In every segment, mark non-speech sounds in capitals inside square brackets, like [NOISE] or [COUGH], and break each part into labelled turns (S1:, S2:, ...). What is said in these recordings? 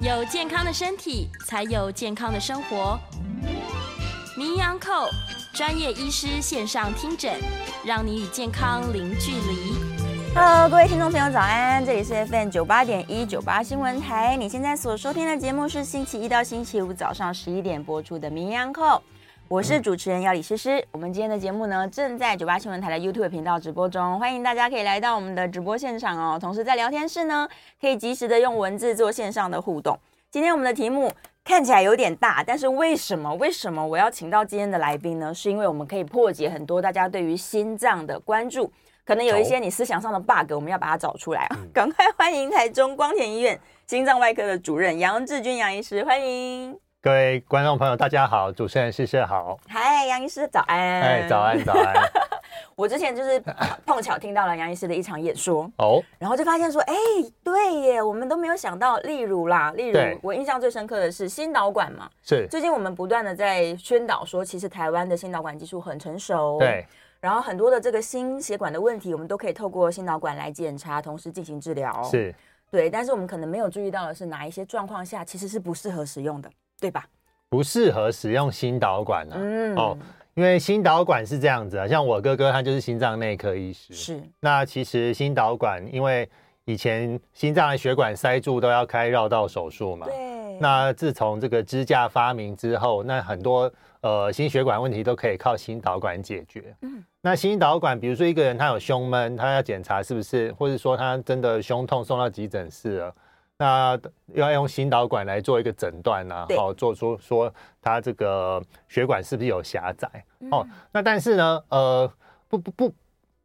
S1: 有健康的身体，才有健康的生活。名医安扣专业医师线上听诊，让你与健康零距离。
S2: Hello，各位听众朋友，早安！这里是 FM 九八点一九八新闻台，你现在所收听的节目是星期一到星期五早上十一点播出的《名医安扣》，我
S3: 嗯
S2: 是主持人要李诗诗。我们今天的节目呢，正在九八新闻台的 YouTube 频道直播中，欢迎大家可以来到我们的直播现场哦。同时在聊天室呢，可以及时的用文字做线上的互动。今天我们的题目看起来有点大，但是为什么为什么我要请到今天的来宾呢？是因为我们可以破解很多大家对于心脏的关注，可能有一些你思想上的 bug，我们要把它找出来
S3: 嗯
S2: 啊！ [LAUGHS] 赶快欢迎台中光田医院心脏外科的主任杨志军杨医师，欢迎！
S3: 各位观众朋友，大家好，主持人谢谢好，
S2: 嗨，杨医师早安！
S3: 哎、早。安早
S2: [LAUGHS]
S3: 安，
S2: 我之前
S3: [LAUGHS]
S2: 就是碰巧听到了杨医师的一场演说，
S3: 哦，
S2: 然后就发现说，哎、对耶，我们都没有想到，例如啦，例如
S3: 对
S2: 我印象最深刻的是心导管嘛，
S3: 是，
S2: 最近我们不断的在宣导说，其实台湾的心导管技术很成熟，
S3: 对，
S2: 然后很多的这个心血管的问题，我们都可以透过心导管来检查，同时进行治疗，
S3: 是，
S2: 对。但是我们可能没有注意到的是，哪一些状况下其实是不适合使用的，对吧？
S3: 不适合使用心导管啊，
S2: 嗯，
S3: 哦，因为心导管是这样子啊，像我哥哥他就是心脏内科医师，
S2: 是
S3: 那其实心导管因为以前心脏的血管塞住都要开绕道手术嘛，
S2: 对，
S3: 那自从这个支架发明之后，那很多呃心血管问题都可以靠心导管解决。
S2: 嗯
S3: 嗯，那心导管，比如说一个人他有胸闷，他要检查是不是，或者说他真的胸痛送到急诊室了，那要用心导管来做一个诊断啊，
S2: 对
S3: 好、做出说他这个血管是不是有狭窄。哦，那但是呢，呃，不不不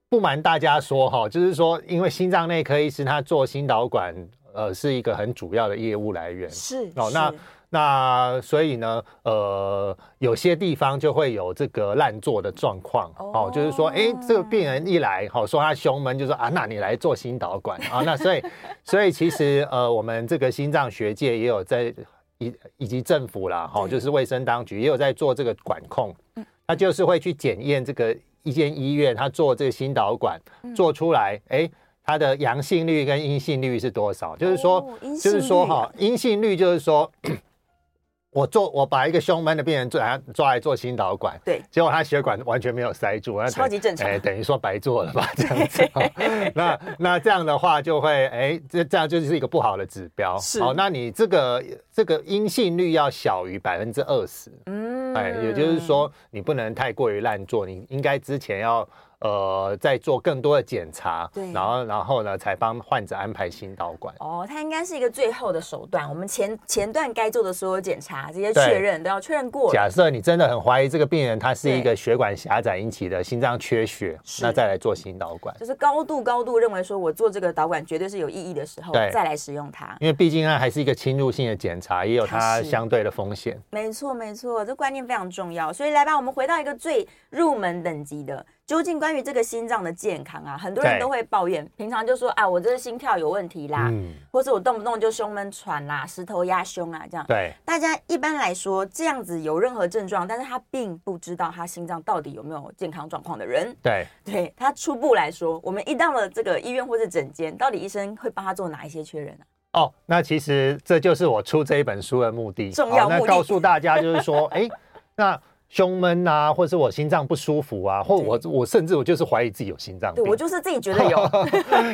S3: 不瞒大家说哈、就是说，因为心脏内科医师他做心导管，呃，是一个很主要的业务来源。
S2: 是
S3: 哦
S2: 是
S3: 那那所以呢，呃，有些地方就会有这个滥做的状况哦
S2: 哦
S3: 就是说，哎，这个病人一来，好、说他胸闷，就说啊，那你来做心导
S2: [LAUGHS]
S3: 管啊，那所以所以其实呃，我们这个心脏学界也有在以以及政府啦，哈、
S2: 对嗯
S3: 就是卫生当局也有在做这个管控，他就是会去检验这个一间医院，他做这个心导管
S2: 嗯
S3: 做出来，哎、它的阳性率跟阴性率是多少？就是说，
S2: 哦阴性
S3: 就是说
S2: 率啊
S3: 哈，阴性率就是说，我做我把一个胸闷的病人抓抓来做心导管，
S2: 对
S3: 结果他血管完全没有塞住，那等
S2: 超级正常
S3: 哎，等于说白做了吧，
S2: [LAUGHS]
S3: 这样子。那那这样的话就会，哎，这这样就是一个不好的指标。
S2: 是
S3: 好，那你这个这个阴性率要小于百分之二十，
S2: 嗯
S3: 哎，也就是说你不能太过于滥做，你应该之前要。呃，再做更多的检查，
S2: 对
S3: 然后然后呢，才帮患者安排心导管。
S2: 哦，它应该是一个最后的手段。我们前前段该做的所有检查，这些
S3: 对
S2: 确认都要确认过了。
S3: 假设你真的很怀疑这个病人他是一个血管狭窄引起的心脏缺血，
S2: 是
S3: 那再来做心导管，
S2: 就是高度高度认为说，我做这个导管绝对是有意义的时候，
S3: 对
S2: 再来使用它。
S3: 因为毕竟它还是一个侵入性的检查，也有
S2: 它
S3: 它
S2: 是
S3: 相对的
S2: [LAUGHS]
S3: 风险。
S2: 没错，没错，这观念非常重要。所以来吧，我们回到一个最入门等级的，究竟关于这个心脏的健康啊，很多人
S3: 对
S2: 都会抱怨，平常就说啊，我这个心跳有问题啦，
S3: 嗯，
S2: 或是我动不动就胸闷喘啦，石头压胸啊，这样。
S3: 对，
S2: 大家一般来说，这样子有任何症状，但是他并不知道他心脏到底有没有健康状况的人， [LAUGHS]
S3: 对，
S2: 对他初步来说，我们一到了这个医院或者诊间，到底医生会帮他做哪一些确认啊？
S3: 哦，那其实这就是我出这一本书的目的，
S2: 重要
S3: 好那
S2: 目的
S3: 告诉大家就是
S2: [LAUGHS]
S3: 说，哎，那。胸闷啊，或是我心脏不舒服啊，或我我甚至我就是怀疑自己有心脏
S2: 对
S3: 病。
S2: 我就是自己觉得有，
S3: [LAUGHS]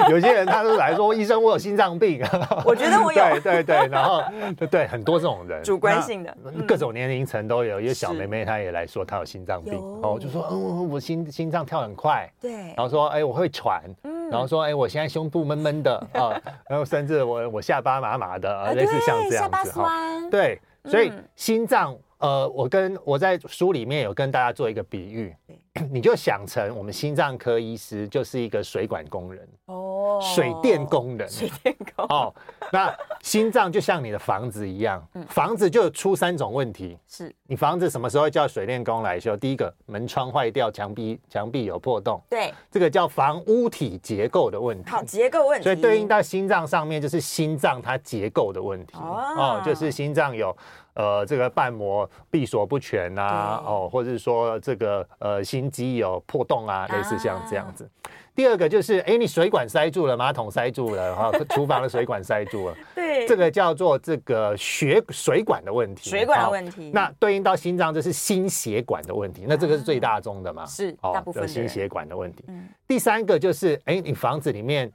S3: 有些人他就来说，医生我有心脏病，
S2: 我觉 [LAUGHS] 得我有
S3: [LAUGHS] 对对对，然后对对很多这种人，
S2: 主观性的
S3: 那
S2: 嗯
S3: 各种年龄层都有，有些小
S2: 是
S3: 妹妹她也来说她有心脏病，
S2: 有
S3: 然后就说嗯我心心脏跳很快，
S2: 对
S3: 然，后说哎我会喘。
S2: 嗯
S3: 然后说，哎，我现在胸部闷闷的
S2: [LAUGHS]
S3: 啊，然后甚至我我下巴麻麻的啊，
S2: 啊
S3: 类似
S2: 对
S3: 像这
S2: 下
S3: 样
S2: 巴
S3: 子哈。
S2: 酸，
S3: 对，所以
S2: 嗯
S3: 心脏，呃，我跟我在书里面有跟大家做一个比喻， [CLEARS THROAT] 你就想成我们心脏科医师就是一个水管工人，
S2: 哦
S3: 水电，工人。
S2: 水电工
S3: 哦，那心脏就像你的房子一样，
S2: 嗯
S3: 房子就出三种问题。
S2: 是
S3: 你房子什么时候叫水电工来修？第一个，门窗坏掉，墙壁墙壁有破洞，
S2: 对，
S3: 这个叫房屋体结构的问题。
S2: 好结构问题，
S3: 嗯所以对应到心脏上面就是心脏它结构的问题
S2: 哦
S3: 哦就是心脏有呃这个瓣膜闭锁不全啊，
S2: 对
S3: 哦，或者是说这个呃心肌有破洞啊，类似像这
S2: 啊
S3: 样子。第二个就是，哎，你水管塞住了，马桶塞住了，哈，厨房的水管塞住了，
S2: [LAUGHS] 对
S3: 这个叫做这个血水管的问题，哦
S2: 水管的
S3: 好
S2: 问题
S3: 那对应到心脏，这是心血管的问题，那这个是最大宗的嘛？
S2: 啊是大部分
S3: 有
S2: 的人
S3: 心血管的问题。
S2: 嗯
S3: 第三个就是，哎、你房子里面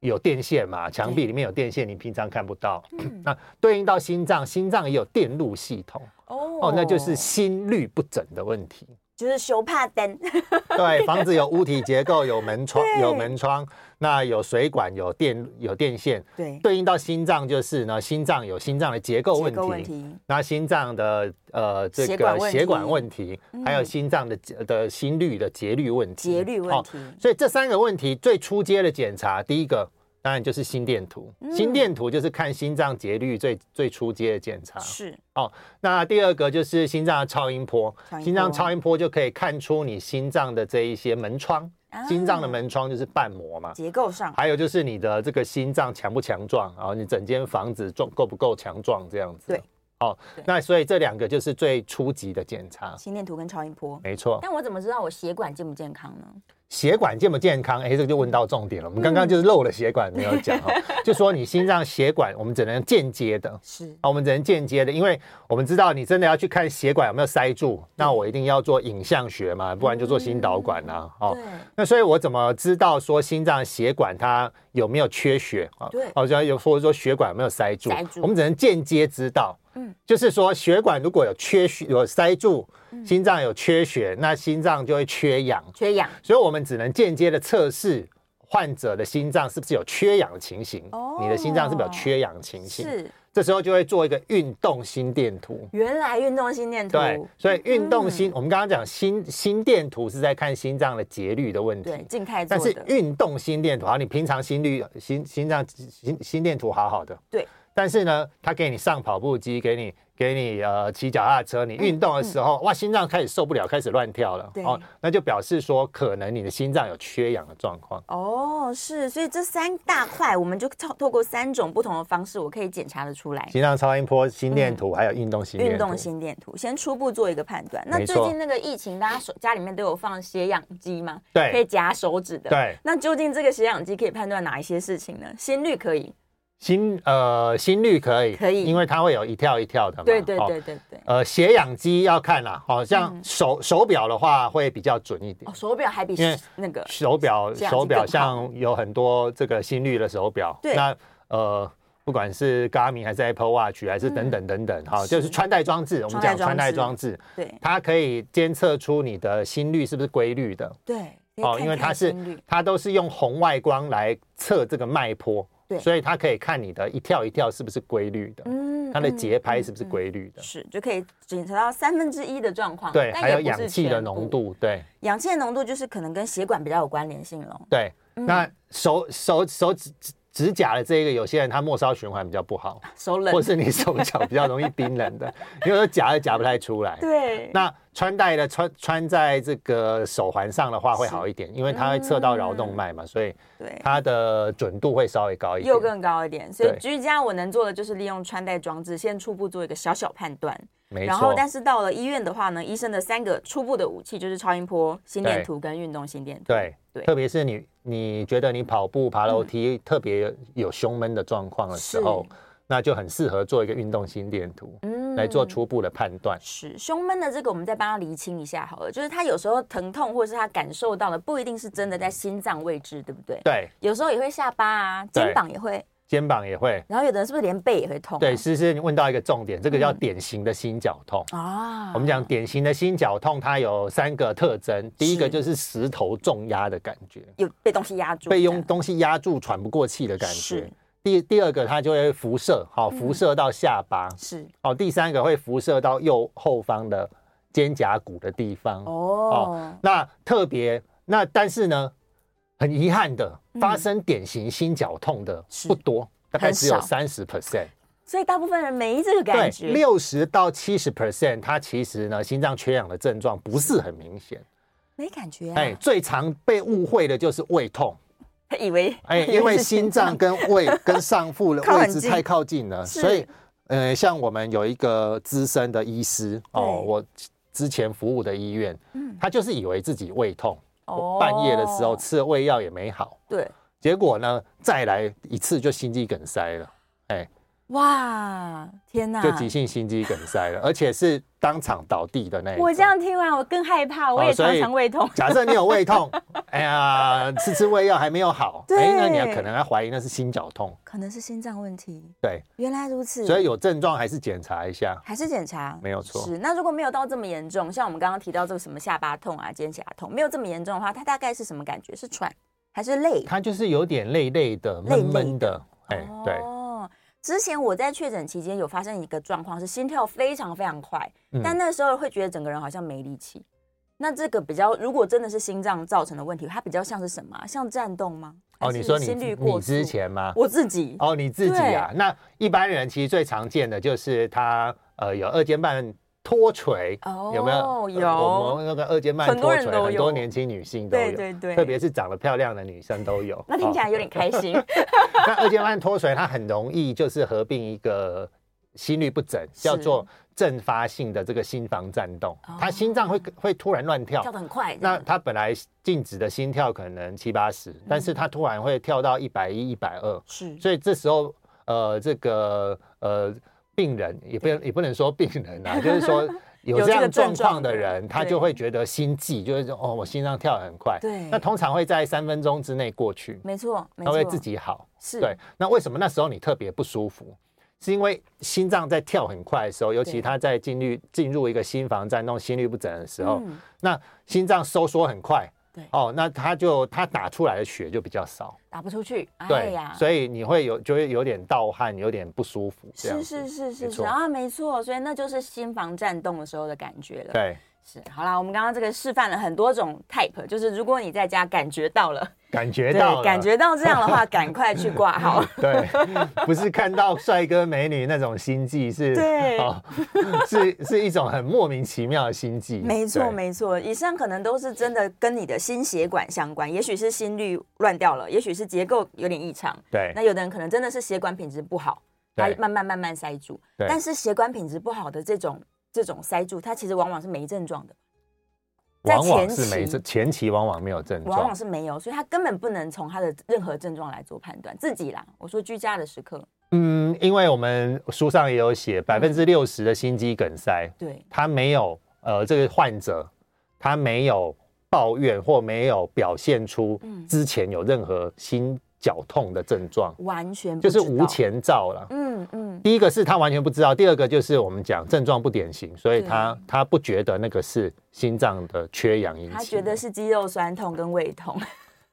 S3: 有电线嘛，墙壁里面有电线，你平常看不到。
S2: 嗯
S3: [CLEARS THROAT] 那对应到心脏，心脏也有电路系统
S2: 哦
S3: 哦，那就是心律不整的问
S2: [LAUGHS]
S3: 题。
S2: 就是修帕灯，
S3: 对，房子有屋体结构，有门窗，
S2: 对
S3: 有门窗，那有水管，有电，有电线。
S2: [LAUGHS] 对
S3: [LAUGHS] 对应到心脏就是呢，心脏有心脏的结构
S2: 结
S3: 问
S2: 构
S3: 题，
S2: 问题，
S3: 那心脏的呃这
S2: 血管
S3: 个
S2: 问题嗯
S3: 血管问题，还有心脏的的心率的节律问题，
S2: 节律问题
S3: 所以这三个问题最初阶的检查，第一个当然就是心电图，
S2: 嗯
S3: 心电图就是看心脏节律最最初阶的检查。
S2: 是
S3: 哦，那第二个就是心脏的超音波
S2: 超音波，
S3: 心脏超音波就可以看出你心脏的这一些门窗，
S2: 啊
S3: 心脏的门窗就是瓣膜嘛。
S2: 结构上
S3: 还有就是你的这个心脏强不强壮，然后你整间房子壮够不够强壮这样子。
S2: 对，
S3: 哦，那所以这两个就是最初级的检查，
S2: 心电图跟超音波。
S3: 没错。
S2: 但我怎么知道我血管健不健康呢？
S3: 血管健不健康？哎，这个就问到重点了。我们刚刚就是漏了血管没有讲
S2: 嗯
S3: 哈，就说你心脏血管，我们只能间接的。
S2: 是
S3: 啊，我们只能间接的，因为我们知道你真的要去看血管有没有塞住，那我一定要做影像学嘛，不然就做心导管啊。哦
S2: 对，
S3: 那所以我怎么知道说心脏血管它有没有缺血啊？
S2: 对
S3: 哦，就有或者说血管有没有塞住？
S2: 塞住
S3: 我们只能间接知道。
S2: 嗯
S3: 嗯，就是说血管如果有缺血、有塞住，
S2: 嗯
S3: 心脏有缺血，那心脏就会缺氧，
S2: 缺氧
S3: 所以我们只能间接的测试患者的心脏是不是有缺氧的情形。
S2: 哦
S3: 你的心脏是不是有缺氧的情形？
S2: 是
S3: 这时候就会做一个运动心电图。
S2: 原来运动心电图嗯
S3: 对，所以运动心，我们刚刚讲心心电图是在看心脏的节律的问题。
S2: 对静态做
S3: 但是
S2: 的
S3: 运动心电图，好，你平常心率、心心脏、心心电图好好的，
S2: 对。
S3: 但是呢，他给你上跑步机，给你给你呃骑脚踏车，你运动的时候，哇，心脏开始受不了，开始乱跳了
S2: 嗯
S3: 哦
S2: 对，，
S3: 那就表示说可能你的心脏有缺氧的状况。
S2: 哦，是，所以这三大块，我们就透透过三种不同的方式，我可以检查的出来。
S3: 心脏超音波、心电图，还有运动心电图。
S2: 嗯运动心电图，先初步做一个判断。那
S3: 没
S2: 最
S3: 错
S2: 近那个疫情，大家手家里面都有放血氧机嘛？
S3: 对
S2: 可以夹手指的。
S3: 对
S2: 那究竟这个血氧机可以判断哪一些事情呢？心率可以，
S3: 心呃心率可以，
S2: 可以
S3: 因为它会有一跳一跳的嘛。
S2: 对对嗯
S3: 哦
S2: 对对对。
S3: 呃，血氧机要看啦，好、像手、手表的话会比较准一点
S2: 哦，。手表还比
S3: 因为
S2: 那个
S3: 手表
S2: 血氧机
S3: 手表
S2: 更好
S3: 像有很多这个心率的手表，
S2: 对
S3: 那呃，不管是 Garmin 还是 Apple Watch 还是等等等等，哈、就是穿戴装置，我们讲
S2: 嗯穿
S3: 穿
S2: 戴
S3: 戴
S2: 装
S3: 装置，
S2: 对
S3: 它可以监测出你的心率是不是规律的哦
S2: 对可以
S3: 因
S2: 看
S3: 为
S2: 看
S3: 它是
S2: 心率
S3: 它都是用红外光来测这个脉波
S2: 对，
S3: 所以它可以看你的一跳一跳是不是规律的，
S2: 嗯
S3: 它的
S2: 嗯
S3: 节拍是不是规律的。
S2: 是就可以检查到三分之一的状况，
S3: 对，
S2: 但
S3: 还
S2: 也
S3: 有
S2: 不是
S3: 氧气的
S2: 全
S3: 浓，度，对
S2: 氧气的浓度就是可能跟血管比较有关联性咯。
S3: 对。那手手手指指指甲的这个，有些人他末梢循环比较不
S2: [LAUGHS]
S3: 好，
S2: 手冷
S3: 或是你手脚比较容易冰冷的，因为夹也夹不太出来。
S2: 对，
S3: 那穿戴的穿穿在这个手环上的话会好一点，因为它会测到桡
S2: 嗯
S3: 动脉嘛，所以
S2: 对。
S3: 它的准度会稍微高一点
S2: 又。更高一点，所以
S3: 对
S2: 居家我能做的就是利用穿戴装置，先初步做一个小小判断。
S3: 没
S2: 然后，
S3: 错，
S2: 但是到了医院的话呢，医生的三个初步的武器就是超音波、心电图跟运动心电图。
S3: 对
S2: 对嗯
S3: 特别是你你觉得你跑步爬楼梯特别有胸闷的状况的时候
S2: 是，
S3: 那就很适合做一个运动心电图。
S2: 嗯
S3: 来做初步的判断。
S2: 是胸闷的这个，我们再帮他厘清一下好了。就是他有时候疼痛，或者是他感受到的，不一定是真的在心脏位置，对不对？
S3: 对，
S2: 有时候也会下巴啊，
S3: 对
S2: 肩膀也会，
S3: 肩膀也会。
S2: 然后有的人是不是连背也会痛啊、
S3: 对，思思，你问到一个重点，这个叫典型的心绞痛。
S2: 嗯啊，
S3: 我们讲典型的心绞痛，它有三个特征，第一
S2: 是
S3: 个就是石头重压的感觉，
S2: 有被东西压住，
S3: 被
S2: 这
S3: 用
S2: 样
S3: 东西压住喘不过气的感觉
S2: 是。嗯
S3: 第第二个，它就会辐射，好、辐射到下巴，
S2: 是
S3: 好、第三个会辐射到右后方的肩胛骨的地方。
S2: 哦
S3: 哦，那特别那但是呢，很遗憾的，发生典型心绞痛的
S2: 嗯是
S3: 不多，大概
S2: 很
S3: 只有
S2: 少
S3: 三十 percent。
S2: 所以大部分人没这个感觉，
S3: 六十到七十 percent，它其实呢心脏缺氧的症状不是很明显。
S2: 没感觉、啊，
S3: 哎，最常被误会的就是胃痛。哎
S2: 他以为 [LAUGHS]
S3: 哎，因为心脏跟胃 [LAUGHS] 跟上腹的
S2: 靠
S3: 位
S2: 很
S3: 置
S2: 近
S3: 太靠近了，
S2: 是
S3: 所以呃，像我们有一个资深的医师哦，
S2: 对
S3: 我之前服务的医院，
S2: 嗯
S3: 他就是以为自己胃痛，我半夜的时候
S2: 哦
S3: 吃了胃药也没好，
S2: 对，
S3: 结果呢再来一次就心肌梗塞了，哎，
S2: 哇，天哪！
S3: 就急性心肌梗塞了，而且是当场倒地的那一种。
S2: 啊我这样听完，我更害怕，我也
S3: 所
S2: 常
S3: 以
S2: 常胃痛。
S3: 假设你有
S2: [LAUGHS]
S3: 胃痛，哎呀，吃吃胃药还没有好，
S2: 对
S3: 哎，那你要可能要怀疑那是心绞痛，
S2: 可能是心脏问题，
S3: 对，
S2: 原来如此。
S3: 所以有症状还是检查一下。
S2: 还是检查，
S3: 没有错
S2: 是那如果没有到这么严重，像我们刚刚提到这个什么下巴痛啊、肩胛痛，没有这么严重的话，它大概是什么感觉？是喘还是累？
S3: 它就是有点累累的、闷闷的，哎，对，
S2: 哦，之前我在确诊期间有发生一个状况，是心跳非常非常快，
S3: 嗯
S2: 但那时候会觉得整个人好像没力气。那这个比较，如果真的是心脏造成的问题，它比较像是什么啊？像颤动吗？
S3: 哦，
S2: 还是
S3: 你说你
S2: 心率
S3: 自
S2: 过
S3: 你之
S2: 速
S3: 前吗？
S2: 我自己
S3: 哦，你自己啊？那一般人其实最常见的就是他呃有二尖瓣脱垂，
S2: 哦
S3: 有没有？
S2: 有
S3: 我们那个二尖瓣
S2: 很多
S3: 脱
S2: 人
S3: 垂，
S2: 都
S3: 很
S2: 有
S3: 多年轻女性都有，
S2: 对对对
S3: 特别是长得漂亮的女生都有。
S2: 那听起来有点开心。
S3: 哦那二尖瓣脱垂它很容易就是合并一个心律不整，
S2: 是哦
S3: 叫做阵发性的这个心房颤动，它心脏会会突然乱跳
S2: 跳。得很快，
S3: 那它本来静止的心跳可能七八十，但是它突然会跳到一百一、一百二，
S2: 是
S3: 所以这时候，呃，这个呃，病人也不也不能说病人啊，就是
S2: [LAUGHS]
S3: 说
S2: 有
S3: 有这
S2: 这个
S3: 样状
S2: 症状
S3: 况的
S2: 的
S3: 人，他
S2: 对
S3: 就会觉得心悸，就是说哦，我心脏跳得很快。
S2: 对
S3: 那通常会在三分钟之内过去，
S2: 没错，没
S3: 他
S2: 错，
S3: 会自己好。
S2: 是
S3: 对，那为什么那时候你特别不舒服？是因为心脏在跳很快的时候，尤
S2: 对
S3: 其他在进入进入一个心房颤动、心律不整的时候，
S2: 嗯
S3: 那心脏收缩很快
S2: 对。
S3: 哦，那他就他打出来的血就比较少。
S2: 打不出去，哎
S3: 对
S2: 呀，，
S3: 所以你会有就会有点盗汗，有点不舒服，这样
S2: 是
S3: 子
S2: 是是是是
S3: 没错
S2: 啊，没错，所以那就是心房颤动的时候的感觉了。，
S3: 对，
S2: 是好啦，我们刚刚这个示范了很多种 type，就是如果你在家感觉到了，
S3: 感觉到了嗯
S2: 感觉到这样
S3: [LAUGHS]
S2: 的话，赶快去挂号。
S3: 对， [LAUGHS] 不是看到帅哥美女那种心悸，是
S2: 对
S3: 哦， [LAUGHS] 是是一种很莫名其妙的心悸，
S2: 没错
S3: 对
S2: 没错，以上可能都是真的跟你的心血管相关，也许是心率乱掉了，也许是结构有点异常，
S3: 对
S2: 那有的人可能真的是血管品质不好，它
S3: 对
S2: 慢慢慢慢塞住。
S3: 对
S2: 但是血管品质不好的这种这种塞住，它其实往往是没症状的，在
S3: 往往
S2: 前
S3: 是没
S2: 期
S3: 症，前期往往没有症
S2: 往往
S3: 状，
S2: 是没有，所以他根本不能从他的任何症状来做判断。自己啦，我说居家的时刻，
S3: 嗯，因为我们书上也有写，百分之六十的心肌梗塞，
S2: 对，
S3: 他没有呃这个患者，他没有抱怨或没有表现出
S2: 嗯
S3: 之前有任何心绞痛的症状，
S2: 完全不
S3: 就是
S2: 知
S3: 无
S2: 道。
S3: 前兆了。
S2: 嗯嗯，
S3: 第一个是他完全不知道，第二个就是我们讲症状不典型，所以
S2: 对
S3: 他他不觉得那个是心脏的缺氧引起的。
S2: 他觉得是肌肉酸痛跟胃
S3: [LAUGHS]
S2: 痛，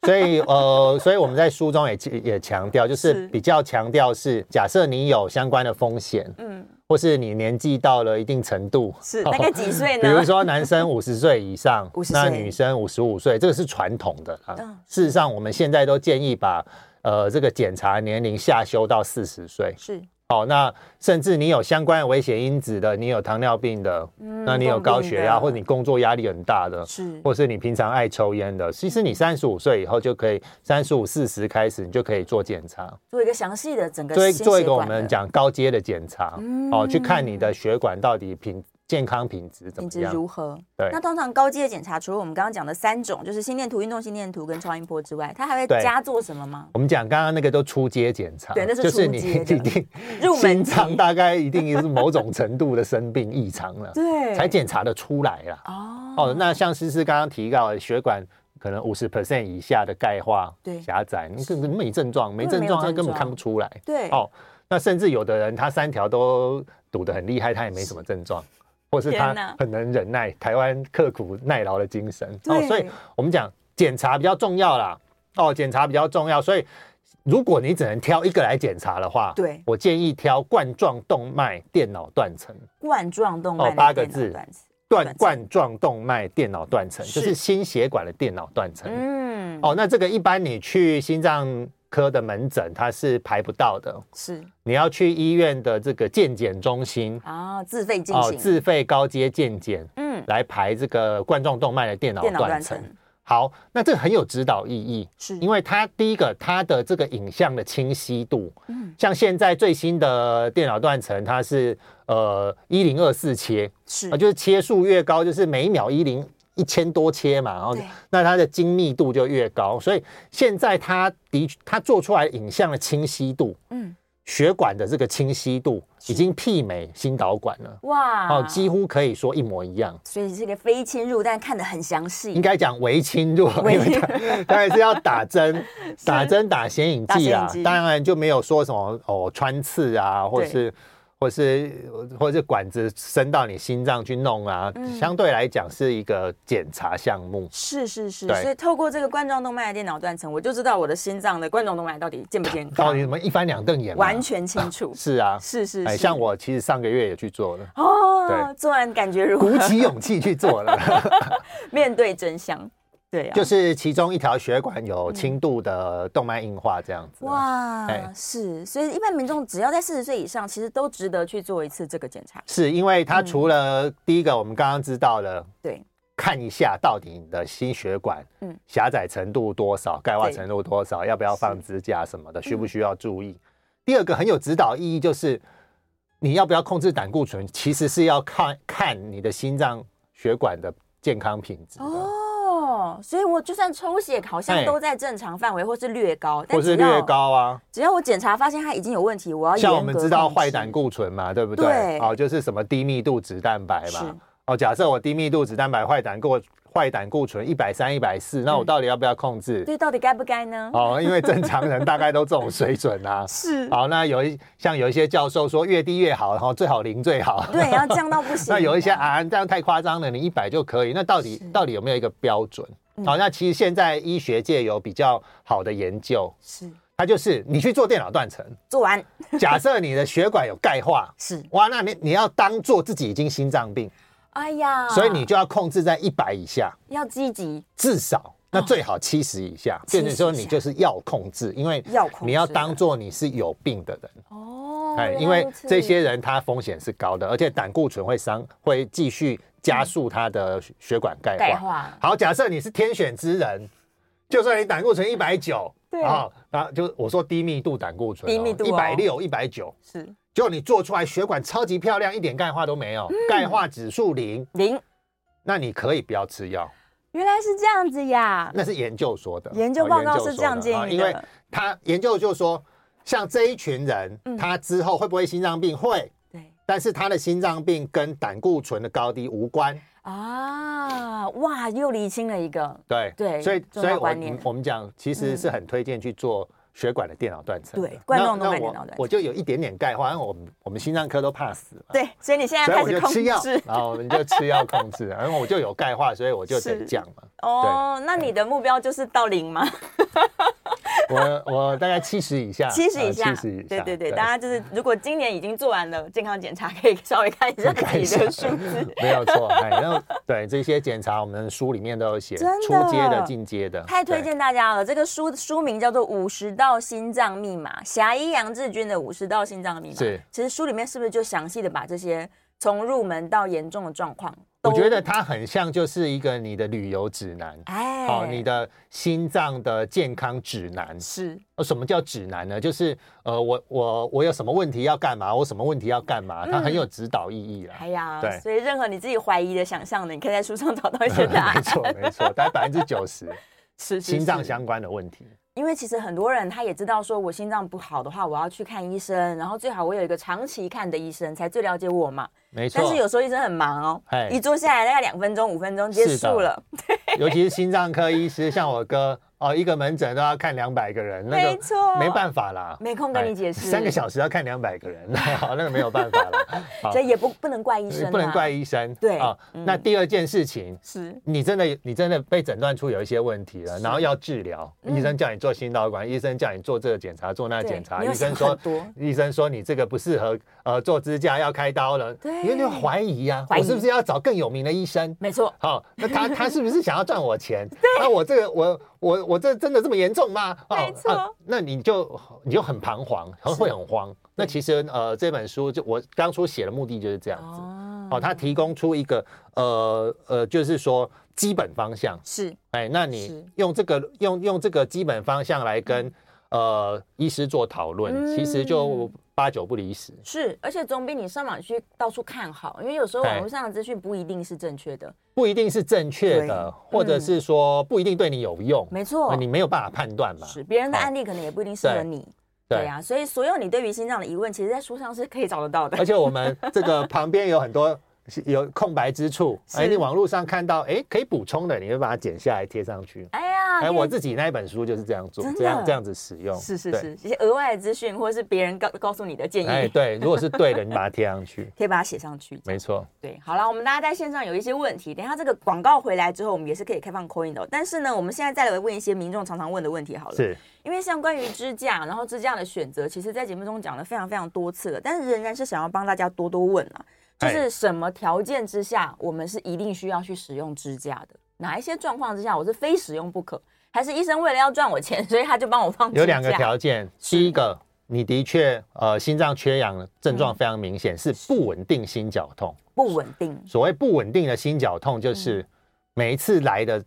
S3: 所以呃，所以我们在书中也也强调，就是
S2: 是
S3: 比较强调是，假设你有相关的风险，
S2: 嗯，
S3: 或是你年纪到了一定程度，
S2: 是大概几岁
S3: [LAUGHS] 比如
S2: 呢？
S3: 说男生五十岁以
S2: [LAUGHS]
S3: 上
S2: 50，岁
S3: 那女生五十五岁，这个是传统的啊
S2: 嗯。
S3: 事实上，我们现在都建议把呃这个检查年龄下修到四十岁。
S2: 是，
S3: 哦，那甚至你有相关的危险因子的，你有糖尿病的，
S2: 嗯
S3: 那你有高血压，或者你工作压力很大的，
S2: 是
S3: 或是你平常爱抽烟的，其实你三十五岁以后就可以，三十五四十开始你就可以做检查，
S2: 做一个详细的整个
S3: 做一
S2: 心
S3: 做一
S2: 血
S3: 个我
S2: 管
S3: 们
S2: 的
S3: 讲高阶的检查，哦，去看你
S2: 嗯
S3: 的血管到底品健康品质怎
S2: 品
S3: 么
S2: 质
S3: 样。
S2: 如何？
S3: 对
S2: 那通常高阶的检查，除了我们刚刚讲的三种，就是心电图、运动心电图跟超音波之外，它还会
S3: 对
S2: 加做什么吗？
S3: 我们讲刚刚那个都初阶检查，
S2: 对那是
S3: 就是
S2: 初
S3: 你
S2: 阶
S3: 一
S2: 的
S3: 定
S2: 入门
S3: 心
S2: 级
S3: 脏大概一定是某种程度的生病异常了，
S2: 对，
S3: 才检查的出来啦。
S2: 哦
S3: 哦，那像诗诗刚刚提到的血管可能五十 percent 以下的钙化
S2: 对
S3: 狭窄，你根本没症状，没
S2: 根本
S3: 症
S2: 没有
S3: 状他
S2: 症
S3: 根本
S2: 状
S3: 看不出来。
S2: 对
S3: 哦，那甚至有的人他三条都堵得很厉害，他也没什么症状，或是
S2: 天
S3: 他
S2: 哪
S3: 很能忍耐，台湾刻苦耐劳的精神。哦
S2: 对，
S3: 所以我们讲检查比较重要啦。哦，检查比较重要，所以如果你只能挑一个来检查的话，
S2: 对
S3: 我建议挑冠状动脉电脑断层。
S2: 冠状动脉
S3: 哦
S2: 的
S3: 八个
S2: 电脑
S3: 字
S2: 断层断
S3: 断
S2: 层
S3: 冠状动脉电脑断层，就是是心血管的电脑断层。
S2: 嗯，
S3: 哦，那这个一般你去心脏科的门诊，它是排不到的，
S2: 是
S3: 你要去医院的这个健检中心
S2: 啊，自费进
S3: 哦，
S2: 行，
S3: 自费高阶健检
S2: 嗯，
S3: 来排这个冠状动脉的电脑
S2: 电脑
S3: 断
S2: 断
S3: 层
S2: 层。
S3: 好，那这很有指导意义，
S2: 是
S3: 因为它第一个它的这个影像的清晰度，
S2: 嗯
S3: 像现在最新的电脑断层，它是呃一零二四切，
S2: 是
S3: 啊、就是切数越高，就是每一秒一零一千多切嘛，然后
S2: 对
S3: 那它的精密度就越高，所以现在它的确它做出来影像的清晰度，
S2: 嗯
S3: 血管的这个清晰度已经媲美心导管了，
S2: 哇
S3: 哦，几乎可以说一模一样。
S2: 所以是个非侵入，但看得很详细
S3: 应，该讲微侵入，
S2: 微
S3: 因为它当然是要打
S2: [LAUGHS]
S3: 针，打针打显影剂
S2: 打
S3: 啦
S2: 显影剂，
S3: 当然就没有说什么哦穿刺啊，或
S2: 对
S3: 是或是或是管子伸到你心脏去弄啊，相对来讲是一个检查项目。
S2: 嗯是是是，
S3: 对
S2: 所以透过这个冠状动脉的电脑断层，我就知道我的心脏的冠状动脉到底健不健
S3: 到
S2: 康
S3: 底，什么一翻两瞪眼
S2: 啊
S3: 吗？
S2: 完全清楚。
S3: 是
S2: [LAUGHS]
S3: 啊，
S2: 是是
S3: 哎，
S2: 是，
S3: 像我其实上个月也去
S2: [LAUGHS]
S3: 做了，
S2: 哦，
S3: 对啊
S2: 做完感觉如何
S3: 鼓？起勇气去做了。
S2: [LAUGHS] 面对真相，对啊，
S3: 就是其中一条血管有轻度的动脉硬化这样子。
S2: 嗯
S3: 哇，
S2: 哇
S3: 哎，
S2: 是，所以一般民众只要在四十岁以上，其实都值得去做一次这个检查。
S3: 是因为它除了第一个我们刚刚知道了。
S2: 对，
S3: 看一下到底你的心血管
S2: 嗯
S3: 狭窄程度多少，钙化
S2: 对
S3: 程度多少，要不要放支架什么的，需不需要注意？第二个很有指导意义就是你要不要控制胆固醇，其实是要看看你的心脏血管的健康品质的。啊
S2: 哦，所以我就算抽血好像
S3: 哎
S2: 都在正常范围，或是略高，但
S3: 或是
S2: 只要
S3: 略，高啊，
S2: 只要我检查发现它已经有问题，我要
S3: 像我
S2: 啊严
S3: 们
S2: 格
S3: 知道
S2: 控制
S3: 坏胆固醇嘛，对不
S2: 对
S3: 对？哦，就是什么低密度脂蛋白
S2: 是
S3: 嘛。哦，假设我低密度脂蛋白坏胆固坏胆固醇一百三、一百四，那我
S2: 嗯
S3: 到底要不要控制？
S2: 对，到底该不该呢？。
S3: 哦，因为正常人大概都这种水准
S2: [LAUGHS]
S3: 啊
S2: 是，
S3: 好，那有一像有一些教授说越低越好，然后最好零最好。
S2: 对，要降到不行。
S3: [LAUGHS] 那有一些，啊，这样太夸张了，你一百就可以。那到底
S2: 是嗯
S3: 到底有没有一个标准？好，那其实现在医学界有比较好的研究，
S2: 是
S3: 它就是你去做电脑断层，
S2: 做完，
S3: 假设你的血管有钙化
S2: 是，
S3: 哇，那你你要当做自己已经心脏病，
S2: 哎呀，
S3: 所以你就要控制在一百以下。
S2: 要积极，
S3: 至少那
S2: 啊
S3: 最好七十以下，变成说你就是要控制，因为
S2: 要控制
S3: 你要当做你是有病的人，哎
S2: 哦原来
S3: 因为
S2: 如此
S3: 这些人他风险是高的，而且胆固醇会伤，会继续加速他的血管钙
S2: 钙
S3: 化。
S2: 化
S3: 好，假设你是天选之人，就算你胆固醇一百九，
S2: 对
S3: 啊，然后就我说低密度胆固醇、
S2: 低密度哦
S3: 一百六、一百九，
S2: 是
S3: 结果你做出来血管超级漂亮，一点钙化都没有，
S2: 嗯
S3: 钙化指数零，
S2: 零，
S3: 那你可以不要吃药。
S2: 原来是这样子呀，
S3: 那是研究说的，
S2: 研究报告
S3: 哦研说的
S2: 是这样建议的
S3: 啊因为他研究就说，像这一群人，
S2: 嗯
S3: 他之后会不会心脏病？会，
S2: 对
S3: 但是他的心脏病跟胆固醇的高低无关。
S2: 啊，哇，又厘清了一个，
S3: 对
S2: 对
S3: 所以
S2: 重
S3: 所以
S2: 要
S3: 我
S2: 观念嗯
S3: 们我们讲，其实是很推荐去做血管的电脑断层的。
S2: 对冠状
S3: 那
S2: 动脉
S3: 那
S2: 电
S3: 我
S2: 脑断层
S3: 我就有一点点钙化，因为我们我们心脏科都怕死嘛。
S2: 对，所以你现在
S3: 所以
S2: 开
S3: 我
S2: 始
S3: 就
S2: 控
S3: 吃药
S2: 制，
S3: 然后我们就吃药控制，然后我就有钙化，所以我就得
S2: 是
S3: 降嘛。
S2: 哦，那你的目标就是到零吗？
S3: 我我大概七十以下，呃
S2: 七十以下，
S3: 七十以下，
S2: 对对对，大家就是如果今年已经做完了健康检查，可以稍微看一下自
S3: [LAUGHS] 看
S2: 己
S3: 一下。
S2: 的数字
S3: [LAUGHS] 没有错，哎，然后对这些检查，我们书里面都有写，
S2: 真的
S3: 初阶的、进阶的，
S2: 太推荐大家了，这个书书名叫做《五十道心脏密码》，侠医杨志军的《五十道心脏密码》。
S3: 是，
S2: 其实书里面是不是就详细的把这些从入门到严重的状况
S3: 对。
S2: 都？
S3: 我觉得它很像就是一个你的旅游指南，
S2: 哎，
S3: 哦，你的心脏的健康指南。
S2: 是
S3: 呃什么叫指南呢？就是呃，我我我有什么问题要干嘛，我什么问题要干嘛，它
S2: 嗯
S3: 很有指导意义啦。
S2: 哎呀，
S3: 对
S2: 所以任何你自己怀疑的、想象的，你可以在书上找
S3: [LAUGHS]
S2: 到一些答
S3: 没
S2: 案。
S3: 错没错，大概百分之九十
S2: 啊 [LAUGHS] 是是
S3: 心脏
S2: 是
S3: 相关的问题。
S2: 因为其实很多人他也知道，说我心脏不好的话，我要去看医生，然后最好我有一个长期看的医生，才最了解我嘛。
S3: 没错，
S2: 但是有时候医生很忙哦
S3: 哎，
S2: 一坐下来大概两分钟、五分钟结
S3: 是的
S2: 束了，
S3: [LAUGHS] 尤其是心脏科医师，像我哥哦，一个门诊都要看两百个人，那个
S2: 没错
S3: 没办法啦，
S2: 没空跟你
S3: 哎
S2: 解释
S3: 三个小时要看两百个人， [LAUGHS] 好，那个没有办法啦，好
S2: [LAUGHS] 所以也不不能怪医生啊，
S3: 不能怪医生，
S2: 对嗯
S3: 啊。那第二件事情，
S2: 是
S3: 你真的你真的被诊断出有一些问题了，然后要治疗，
S2: 嗯
S3: 医生叫你做心导管，医生叫你做这个检查，做那个
S2: 对
S3: 检查，
S2: 你有
S3: 医生
S2: 想
S3: 说
S2: 很多
S3: 医生说你这个不适合，呃，做支架要开刀了，
S2: 对
S3: 因为就怀疑呀、
S2: 怀疑
S3: 我是不是要找更有名的医生？
S2: 没错，
S3: 好、那
S2: [LAUGHS]
S3: 他他是不是想要赚我钱？那我这个我我我这真的这么严重吗？哦
S2: 没错
S3: 那你就你就很彷徨，很
S2: 是
S3: 会很慌。那其实呃，这本书就我当初写的目的就是这样子。
S2: 哦
S3: 哦，它提供出一个呃呃，就是说基本方向。
S2: 是
S3: 哎，那
S2: 是嗯
S3: 你用这个用用这个基本方向来跟、呃医师做讨论，其实就八九不离十。
S2: 是，而且总比你上网去到处看好，因为有时候
S3: 对
S2: 网络上的资讯不一定是正确的。
S3: 不一定是正确的，或者是说不一定对你有用，
S2: 没错
S3: 呃你没有办法判断嘛。
S2: 是别人的
S3: 好
S2: 案例可能也不一定适合
S3: 对
S2: 你。
S3: 对
S2: 对啊，所以所有你对于心脏的疑问，其实在书上是可以找得到的
S3: [LAUGHS] 而。且我们这个旁边有很多有空白之处，哎，
S2: 是
S3: 你网络上看到哎可以补充的，你就把它剪下来贴上去。
S2: 哎呀，
S3: 哎，我
S2: 这
S3: 自己那一本书就是这样做
S2: 真，的
S3: 这样这样子使用。
S2: 是是
S3: 对，
S2: 是一些额外的资讯，或者是别人告告诉你的 [LAUGHS] 建
S3: 哎
S2: 议，
S3: 对，如果是对的，你把它贴上去，
S2: 可以把它写上去。
S3: 没错。
S2: 对，好了，我们大家在线上有一些问题，等一下这个广告回来之后，我们也是可以开放 coin 的哦。但是呢，我们现在再来问一些民众常常问的问题好了。
S3: 是，
S2: 因为像关于支架，然后支架的选择，其实在节目中讲了非常非常多次了，但是仍然是想要帮大家多多问啊，就
S3: 哎
S2: 是什么条件之下，我们是一定需要去使用支架的？哪一些状况之下，我是非使用不可？还是医生为了要赚我钱，所以他就帮我放支架？
S3: 有两个条件，第一个，你的确呃心脏缺氧的症
S2: 嗯
S3: 状非常明显，是不稳定心绞痛。
S2: 不稳定，
S3: 所谓不稳定的心绞痛，
S2: 嗯
S3: 就是每一次来的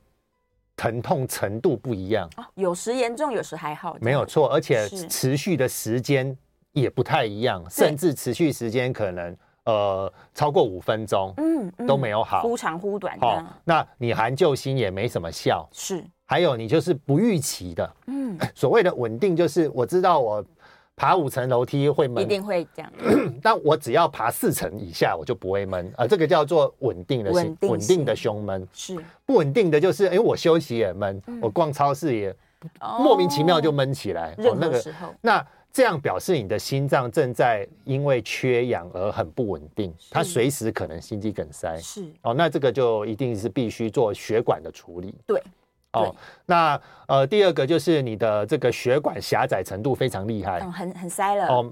S3: 疼痛程度不一样，
S2: 哦有时严重，有时还好。
S3: 没有错，而且
S2: 是
S3: 持续的时间也不太一样，甚至持续时间可能呃超过五分钟
S2: 嗯，嗯
S3: 都没有好。
S2: 忽长忽短的，
S3: 好、那你含救心也没什么效，
S2: 是，
S3: 还有你就是不预期的，
S2: 嗯，
S3: 所谓的稳定就是我知道我爬五层楼梯会
S2: 一
S3: 闷，
S2: 定会这样。
S3: 但我只要爬四层以下我就不会闷，啊，这个叫做稳定的
S2: 稳
S3: 心
S2: 定
S3: 稳
S2: 性
S3: 定的胸闷。
S2: 是，
S3: 不稳定的就是，哎、我休息也闷，
S2: 嗯
S3: 我逛超市也莫名其妙就
S2: 哦
S3: 闷起来，
S2: 任何时候
S3: 那这样表示你的心脏正在因为缺氧而很不稳定，它随时可能心肌梗塞。
S2: 是
S3: 哦，那这个就一定是必须做血管的处理。
S2: 对，对
S3: 哦，那呃，第二个就是你的这个血管狭窄程度非常厉害。
S2: 嗯，很很塞了。
S3: 哎哦，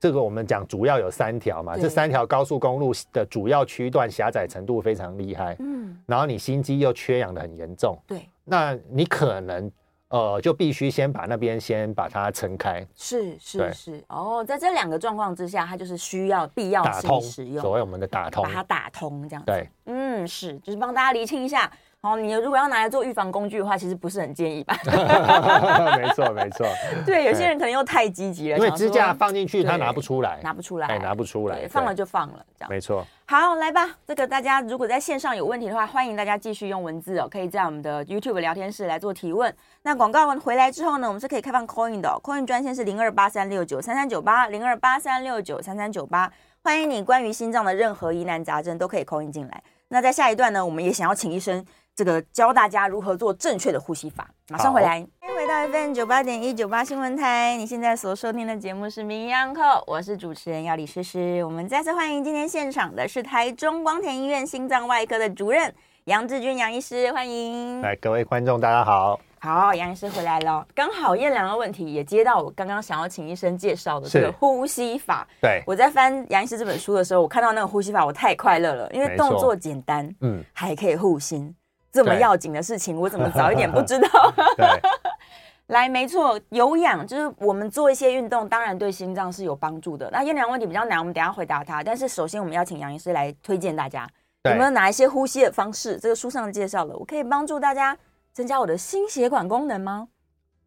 S3: 这个我们讲主要有三条嘛，
S2: 对
S3: 这三条高速公路的主要区段狭窄程度非常厉害，
S2: 嗯，
S3: 然后你心肌又缺氧的很严重，
S2: 对，
S3: 那你可能呃就必须先把那边先把它撑开，
S2: 是是
S3: 对
S2: 是，哦，在这两个状况之下，它就是需要必要
S3: 打
S2: 性
S3: 通，
S2: 哦使用，
S3: 所谓我们的打通
S2: 把，它打通这样子。 [LAUGHS]
S3: 对，
S2: 嗯，是，就是帮大家厘清一下。哦，你如果要拿来做预防工具的话，其实不是很建议吧？ [LAUGHS]
S3: 没错没错，
S2: 对，有些
S3: 对
S2: 人可能又太积极了，
S3: 因为
S2: 想
S3: 支
S2: 说
S3: 架放进去它
S2: 对
S3: 拿不出来，
S2: 拿不出来，
S3: 哎拿不出来
S2: 对
S3: 对
S2: 放了就放了，这样。
S3: 没错，
S2: 好，来吧，这个大家如果在线上有问题的话，欢迎大家继续用文字哦，可以在我们的 YouTube 聊天室来做提问。那广告回来之后呢，我们是可以开放 Coin 的、哦、，Coin 专线是零二八三六九三三九八零二八三六九三三九八，欢迎你关于心脏的任何疑难杂症都可以 Coin 进来。那在下一段呢，我们也想要请医生这个教大家如何做正确的呼吸法。马上回来，欢迎回到 FM 九八点一九八新闻台，你现在所收听的节目是《名医央叩》，我是主持人要李诗诗。我们再次欢迎今天现场的是台中光田医院心脏外科的主任杨志军杨医师，欢迎。
S3: 来各位观众大家好，
S2: 好，杨医师回来了。刚好燕良的问题也接到我刚刚想要请医生介绍的这个
S3: 是
S2: 呼吸法。
S3: 对，
S2: 我在翻杨医师这本书的时候，我看到那个呼吸法，我太快乐了，因为
S3: 没错
S2: 动作简单，
S3: 嗯，
S2: 还可以护心，这么
S3: 对
S2: 要紧的事情，我怎么早一点不知道？ [LAUGHS]
S3: 对，
S2: 来，没错，有氧就是我们做一些运动，当然对心脏是有帮助的。那燕良问题比较难，我们等一下回答他。但是首先，我们要请杨医师来推荐大家有
S3: 对
S2: 没有哪一些呼吸的方式，这个书上介绍了，我可以帮助大家增加我的心血管功能吗？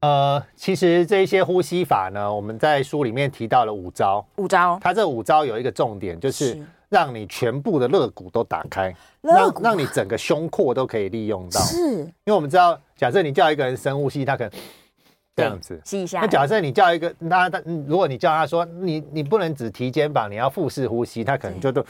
S3: 呃，其实这些呼吸法呢，我们在书里面提到了五招，
S2: 五招，
S3: 它这五招有一个重点，就是
S2: 是
S3: 让你全部的肋骨都打开，
S2: 肋
S3: 让
S2: 骨
S3: 让你整个胸廓都可以利用到。
S2: 是
S3: 因为我们知道，假设你叫一个人深呼吸，他可能这样子。
S2: 吸一下
S3: 那。假设你叫一个，那他嗯如果你叫他说你你不能只提肩膀，你要腹式呼吸，他可能就都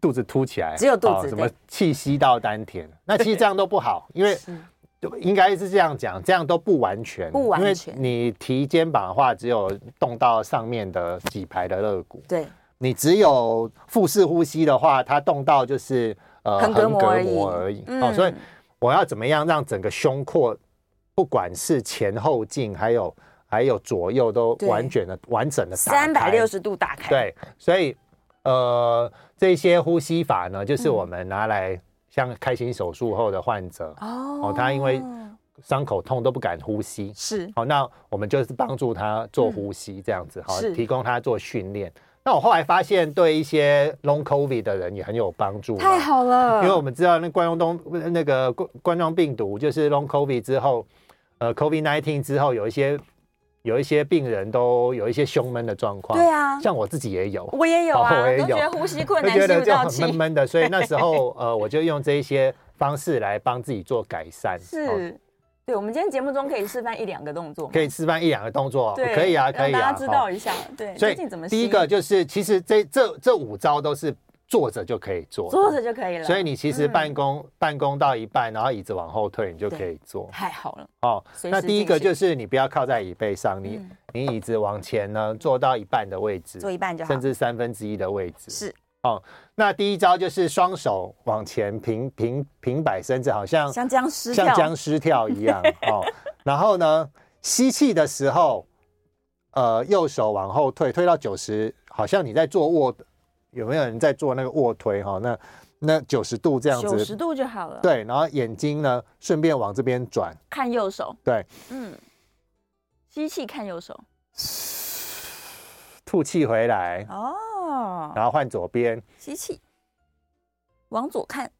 S3: 肚子凸起来，
S2: 只有肚子
S3: 哦什么
S2: 对
S3: 气息到丹田。那其实这样都不好，因为
S2: 是
S3: 就应该是这样讲，这样都不完全，
S2: 不完全
S3: 因为你提肩膀的话，只有动到上面的几排的肋骨，
S2: 对，
S3: 你只有腹式呼吸的话，它动到就是呃
S2: 横膈膜而已
S3: 而已。
S2: 嗯
S3: 哦，所以我要怎么样让整个胸廓，不管是前后进，还有还有左右，都
S2: 对
S3: 完全的完整的
S2: 三百六十度打开。，
S3: 对，所以呃这些呼吸法呢，就是
S2: 嗯
S3: 我们拿来像开心手术后的患者，
S2: 哦
S3: 他因为伤口痛都不敢呼吸。
S2: 是
S3: 好，那我们就是帮助他做呼吸这样子，好、
S2: 嗯是
S3: 提供他做训练。那我后来发现，对一些 long covid 的人也很有帮助。
S2: 太好了，
S3: 因为我们知道那冠状动那个冠冠状病毒就是 long covid 之后，呃，covid nineteen 之后有一些有一些病人都有一些胸闷的状况，
S2: 对啊，
S3: 像我自己也有，
S2: 我也有啊，
S3: 哦我也
S2: 都觉得
S3: 有
S2: 呼吸困
S3: 就 [LAUGHS]
S2: 难，
S3: 觉
S2: 吸
S3: 得
S2: 不
S3: 就
S2: 到
S3: 很闷
S2: 气，[LAUGHS]
S3: 闷的，所以那时候呃，我就用这一些方式来帮自己做改善，哦
S2: 是。对，我们今天节目中可以示范一两个动作吗，
S3: 可以示范一两个动作，
S2: 对，
S3: 可以啊，
S2: 让
S3: 可以啊，
S2: 大家知
S3: 哦
S2: 道一下，对，
S3: 所以
S2: 究哎竟怎么
S3: 第一
S2: 吸
S3: 个就是，其实这这这五招都是坐着就可以做的，
S2: 坐着就可以了，
S3: 所以你其实
S2: 嗯
S3: 办公、办公到一半，然后椅子往后退，你就
S2: 对
S3: 可以做。
S2: 太好了
S3: 哦，
S2: 随
S3: 那
S2: 时
S3: 第一
S2: 进
S3: 个
S2: 行
S3: 就是你不要靠在椅背上，你、
S2: 嗯
S3: 你椅子往前呢坐到一半的位置，
S2: 做一半就好
S3: 甚，至三分之一的位置。
S2: 是
S3: 那第一招就是双手往前平平平摆，甚至好像
S2: 像僵尸
S3: 嗯像
S2: 跳，
S3: 僵尸跳一样哦。然后呢，吸气的时候，呃，右手往后退，退到九十，好像你在做卧，有没有人在做那个卧推哈、那那九十度这样
S2: 九十
S3: 子，
S2: 度就好了，，
S3: 对。然后眼睛呢，顺便往这边转，
S2: 看右手，
S3: 对，
S2: 嗯，吸气看右手，
S3: 吐气回来，
S2: 哦，
S3: 然后换左边，
S2: 吸气，往左看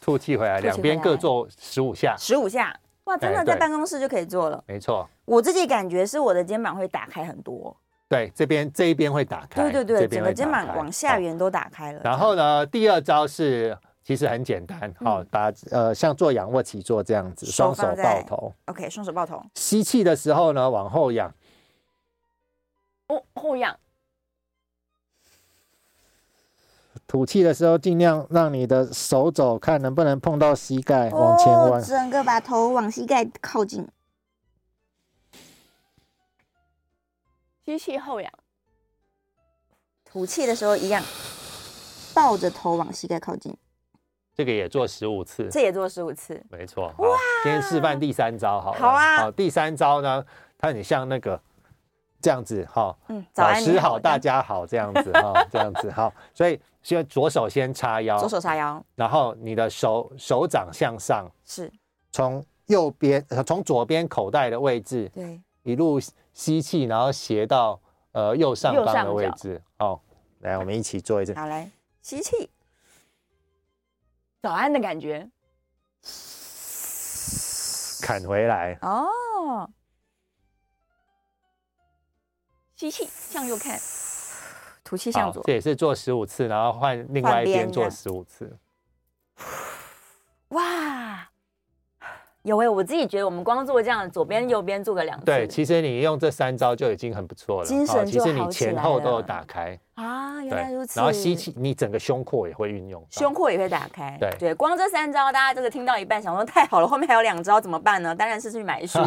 S3: 吐气回
S2: 吐气回来
S3: 来，两边各做十五下，
S2: 十五下，哇，真的
S3: 啊哎
S2: 在
S3: 对
S2: 办公室就可以做了。
S3: 没错。
S2: 我自己感觉是我的肩膀会打开很多，
S3: 对，这边这一边会打开，
S2: 对对
S3: 这
S2: 对，
S3: 边
S2: 整
S3: 会
S2: 个肩膀
S3: 打开
S2: 往下
S3: 哦
S2: 缘都打开了。
S3: 然后呢，第二招是其实很简单，好、
S2: 嗯
S3: 把呃像做仰卧起坐这样子，
S2: 手
S3: 双
S2: 放
S3: 手
S2: 在
S3: 抱头，
S2: ，OK，双手抱头，
S3: 吸气的时候呢往后仰，
S2: 哦，后仰，
S3: 吐气的时候尽量让你的手肘看能不能碰到膝盖，
S2: 哦
S3: 往前弯。
S2: 整个把头往膝盖靠近。
S4: 吸气后仰，
S2: 吐气的时候一样，抱着头往膝盖靠近，
S3: 这个也做十五次，
S2: 这也做十五次。
S3: 没错。好，今天示范第三招好了。
S2: 好啊
S3: 好，第三招呢，它很像那个这样子哈。
S2: 嗯，早
S3: 老
S2: 安，你
S3: 师好，大
S2: 这样
S3: 家好，这样
S2: [LAUGHS]
S3: 子哈，这样子好，所以先左手先叉腰，
S2: 左手叉腰，
S3: 然后你的手手掌向上，
S2: 是
S3: 从右边呃从左边口袋的位置
S2: 对，
S3: 一路吸气，然后斜到呃右上
S4: 右
S3: 方
S4: 上
S3: 的
S4: 角
S3: 位置。哦，来，我们一起做一次。
S2: 好来吸气，
S4: 早安的感觉，
S3: 砍回来，
S2: 哦，
S4: 吸气向右看，
S2: 吐气
S3: 好
S2: 向，左
S3: 这，也是做十五次，然后换另外一边
S2: 换边哦
S3: 做
S2: 的
S3: 十五次。
S2: 哇，有哎、我自己觉得我们光做这样，左边右边做个两次，
S3: 对，其实你用这三招就已经很不错了，
S2: 精神
S3: 哦其
S2: 就
S3: 实你
S2: 好起
S3: 前
S2: 来
S3: 后都有
S2: 了
S3: 打开，
S2: 啊，原
S3: 对
S2: 来如，此，
S3: 然后吸气，你整个胸廓也会运用到，
S2: 胸廓也会打开，
S3: 对
S2: 光这三招，大家这个听到一半，想说太好了，后面还有两招怎么办呢？当然是去买
S3: [LAUGHS]
S2: 书，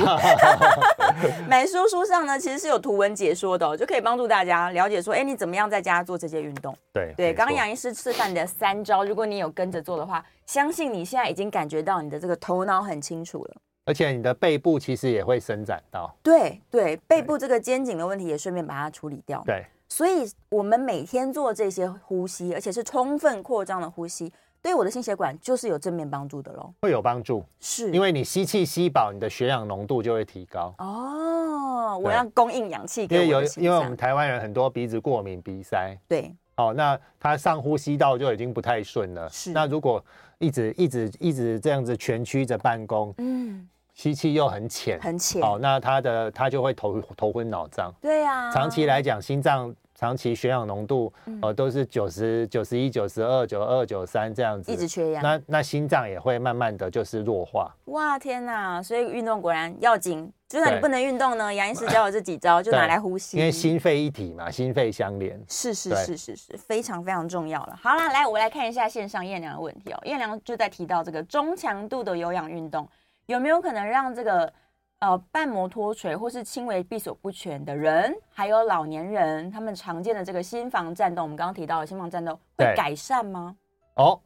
S2: 买书书上呢其实是有图文解说的哦、就可以帮助大家了解说，哎，你怎么样在家做这些运动？
S3: 对
S2: 对，
S3: 没
S2: 刚刚
S3: 错
S2: 杨医师示范的三招，如果你有跟着做的话，相信你现在已经感觉到你的这个头脑很清楚了。
S3: 而且你的背部其实也会伸展到，
S2: 对对，背部这个肩颈的问题也顺便把它处理掉。
S3: 对，
S2: 所以我们每天做这些呼吸，而且是充分扩张的呼吸，对我的心血管就是有正面帮助的喽。
S3: 会有帮助，
S2: 是，
S3: 因为你吸气吸饱，你的血氧浓度就会提高。
S2: 哦，我
S3: 对
S2: 要供应氧气
S3: 因
S2: 给
S3: 为
S2: 我
S3: 有
S2: 的，心
S3: 因为我
S2: 脏
S3: 们。台湾人很多鼻子过敏、鼻塞，
S2: 对，
S3: 哦，那他上呼吸道就已经不太顺了。
S2: 是
S3: 那如果一直一直一直这样子蜷曲着办公，
S2: 嗯，
S3: 吸气又很浅，
S2: 很浅。
S3: 哦，那他的他就会头头昏脑胀。
S2: 对呀、啊，嗯
S3: 长期来讲，心脏长期血氧浓度呃都是九十九十一、九十二、九二、九三这样子，
S2: 一直缺氧。
S3: 那那心脏也会慢慢的就是弱化。
S2: 哇，天哪！所以运动果然要紧，就算你
S3: 对
S2: 不能运动呢，杨医师教我这几招就
S3: 对
S2: 拿来呼吸。
S3: 因为心肺一体嘛，心肺相连。
S2: 是是
S3: 对
S2: 是是是，非常非常重要了。好啦，来我来看一下线上燕良的问题哦。燕良就在提到这个中强度的有氧运动，有没有可能让这个呃瓣膜脱垂或是轻微闭锁不全的人，还有老年人，他们常见的这个心房颤动，我们刚刚提到的心房颤动会
S3: 对
S2: 改善吗？
S3: 哦，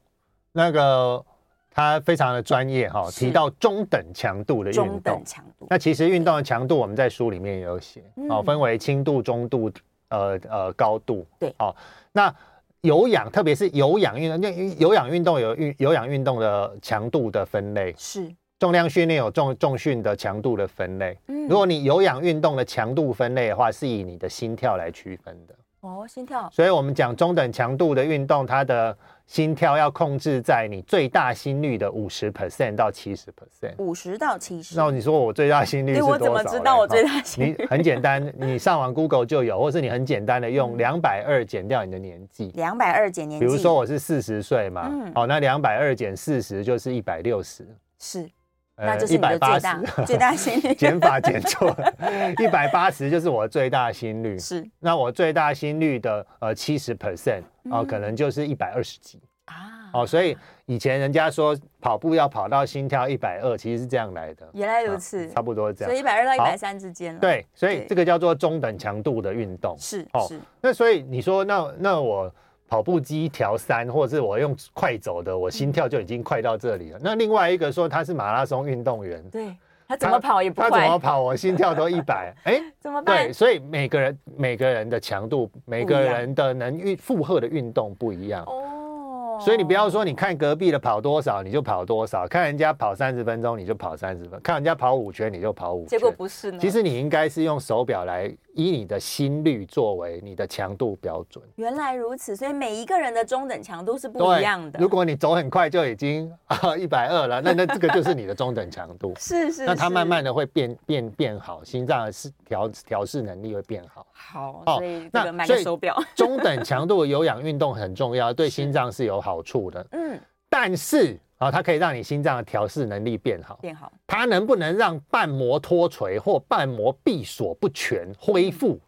S3: 那个他非常的专业哈、
S2: 是
S3: 提到中等强度的
S2: 中
S3: 运
S2: 等
S3: 动。
S2: 强度
S3: 那其实运动的强度我们在书里面也有写、
S2: 嗯
S3: 哦，分为轻度、中度、呃呃高度。
S2: 对
S3: 哦，那有氧，特别是有氧运动，那有氧运动有运有氧运动的强度的分类，
S2: 是，
S3: 重量训练有重重训的强度的分类。
S2: 嗯
S3: 如果你有氧运动的强度分类的话，是以你的心跳来区分的。
S2: 哦，心跳
S3: 所以我们讲中等强度的运动，它的心跳要控制在你最大心率的五十 percent 到七十 percent。
S2: 五十到七十，
S3: 那你说我最大心率
S2: 对
S3: 是多
S2: 哎我
S3: 少嘞？
S2: 怎么知道我最大心率
S3: 你很简单，你上网 Google 就有，或是你很简单的用两百二减掉你的年纪。
S2: 两百二嗯减年
S3: 比
S2: 纪，
S3: 如说我是四十岁嘛，好、
S2: 嗯
S3: 那两百二减四十就是一百六十，
S2: 是，
S3: 呃
S2: 那就是你的最
S3: 180
S2: 大最大心率
S3: [LAUGHS] 减法减错了，一百八十就是我最大心率。
S2: 是
S3: 那我最大心率的呃七十 percent 哦，
S2: 嗯
S3: 可能就是一百二十几
S2: 啊，
S3: 哦，所以以前人家说跑步要跑到心跳一百二，其实是这样来的，
S2: 原来如
S3: 啊
S2: 此，
S3: 差不多这
S2: 所以一
S3: 样。
S2: 百二到一
S3: 好
S2: 百三之间了，，
S3: 对，所以
S2: 对
S3: 这个叫做中等强度的运动。
S2: 是
S3: 哦
S2: 是，
S3: 那所以你说，那那我跑步机调三，或者是我用快走的，我心跳就已经快到这里了。那另外一个说他是马拉松运动员，
S2: 对，他怎么跑也不
S3: 他怎
S2: 快
S3: 么，跑我心跳都一百， [LAUGHS] 哎，
S2: 怎么办
S3: 对，？所以每个人每个人的强度，每个
S2: 不一样
S3: 人的能运负荷的运动不一样。
S2: 哦，
S3: 所以你不要说你看隔壁的跑多少你就跑多少，看人家跑三十分钟你就跑三十分，看人家跑五圈你就跑五圈。
S2: 结果不是呢，
S3: 其实你应该是用手表来以你的心率作为你的强度标准。
S2: 原来如此，所以每一个人的中等强度是不
S3: 对
S2: 一样的。。
S3: 如果你走很快就已经啊一百二了，那那这个就是你的中等强度
S2: [LAUGHS] 是是，
S3: 那它
S2: 是
S3: 慢慢的会变变变好，心脏的是调调试能力会变好。
S2: 好，
S3: 哦
S2: 所以这
S3: 那
S2: 个买
S3: 所
S2: 个
S3: 以
S2: 手表，
S3: 中等强度的有氧运动很重要，对心脏是有好处的。
S2: [LAUGHS] 嗯，
S3: 但是啊，它可以让你心脏的调试能力变好。
S2: 变好，
S3: 它能不能让瓣膜脱垂或瓣膜闭锁不全恢复？
S2: 嗯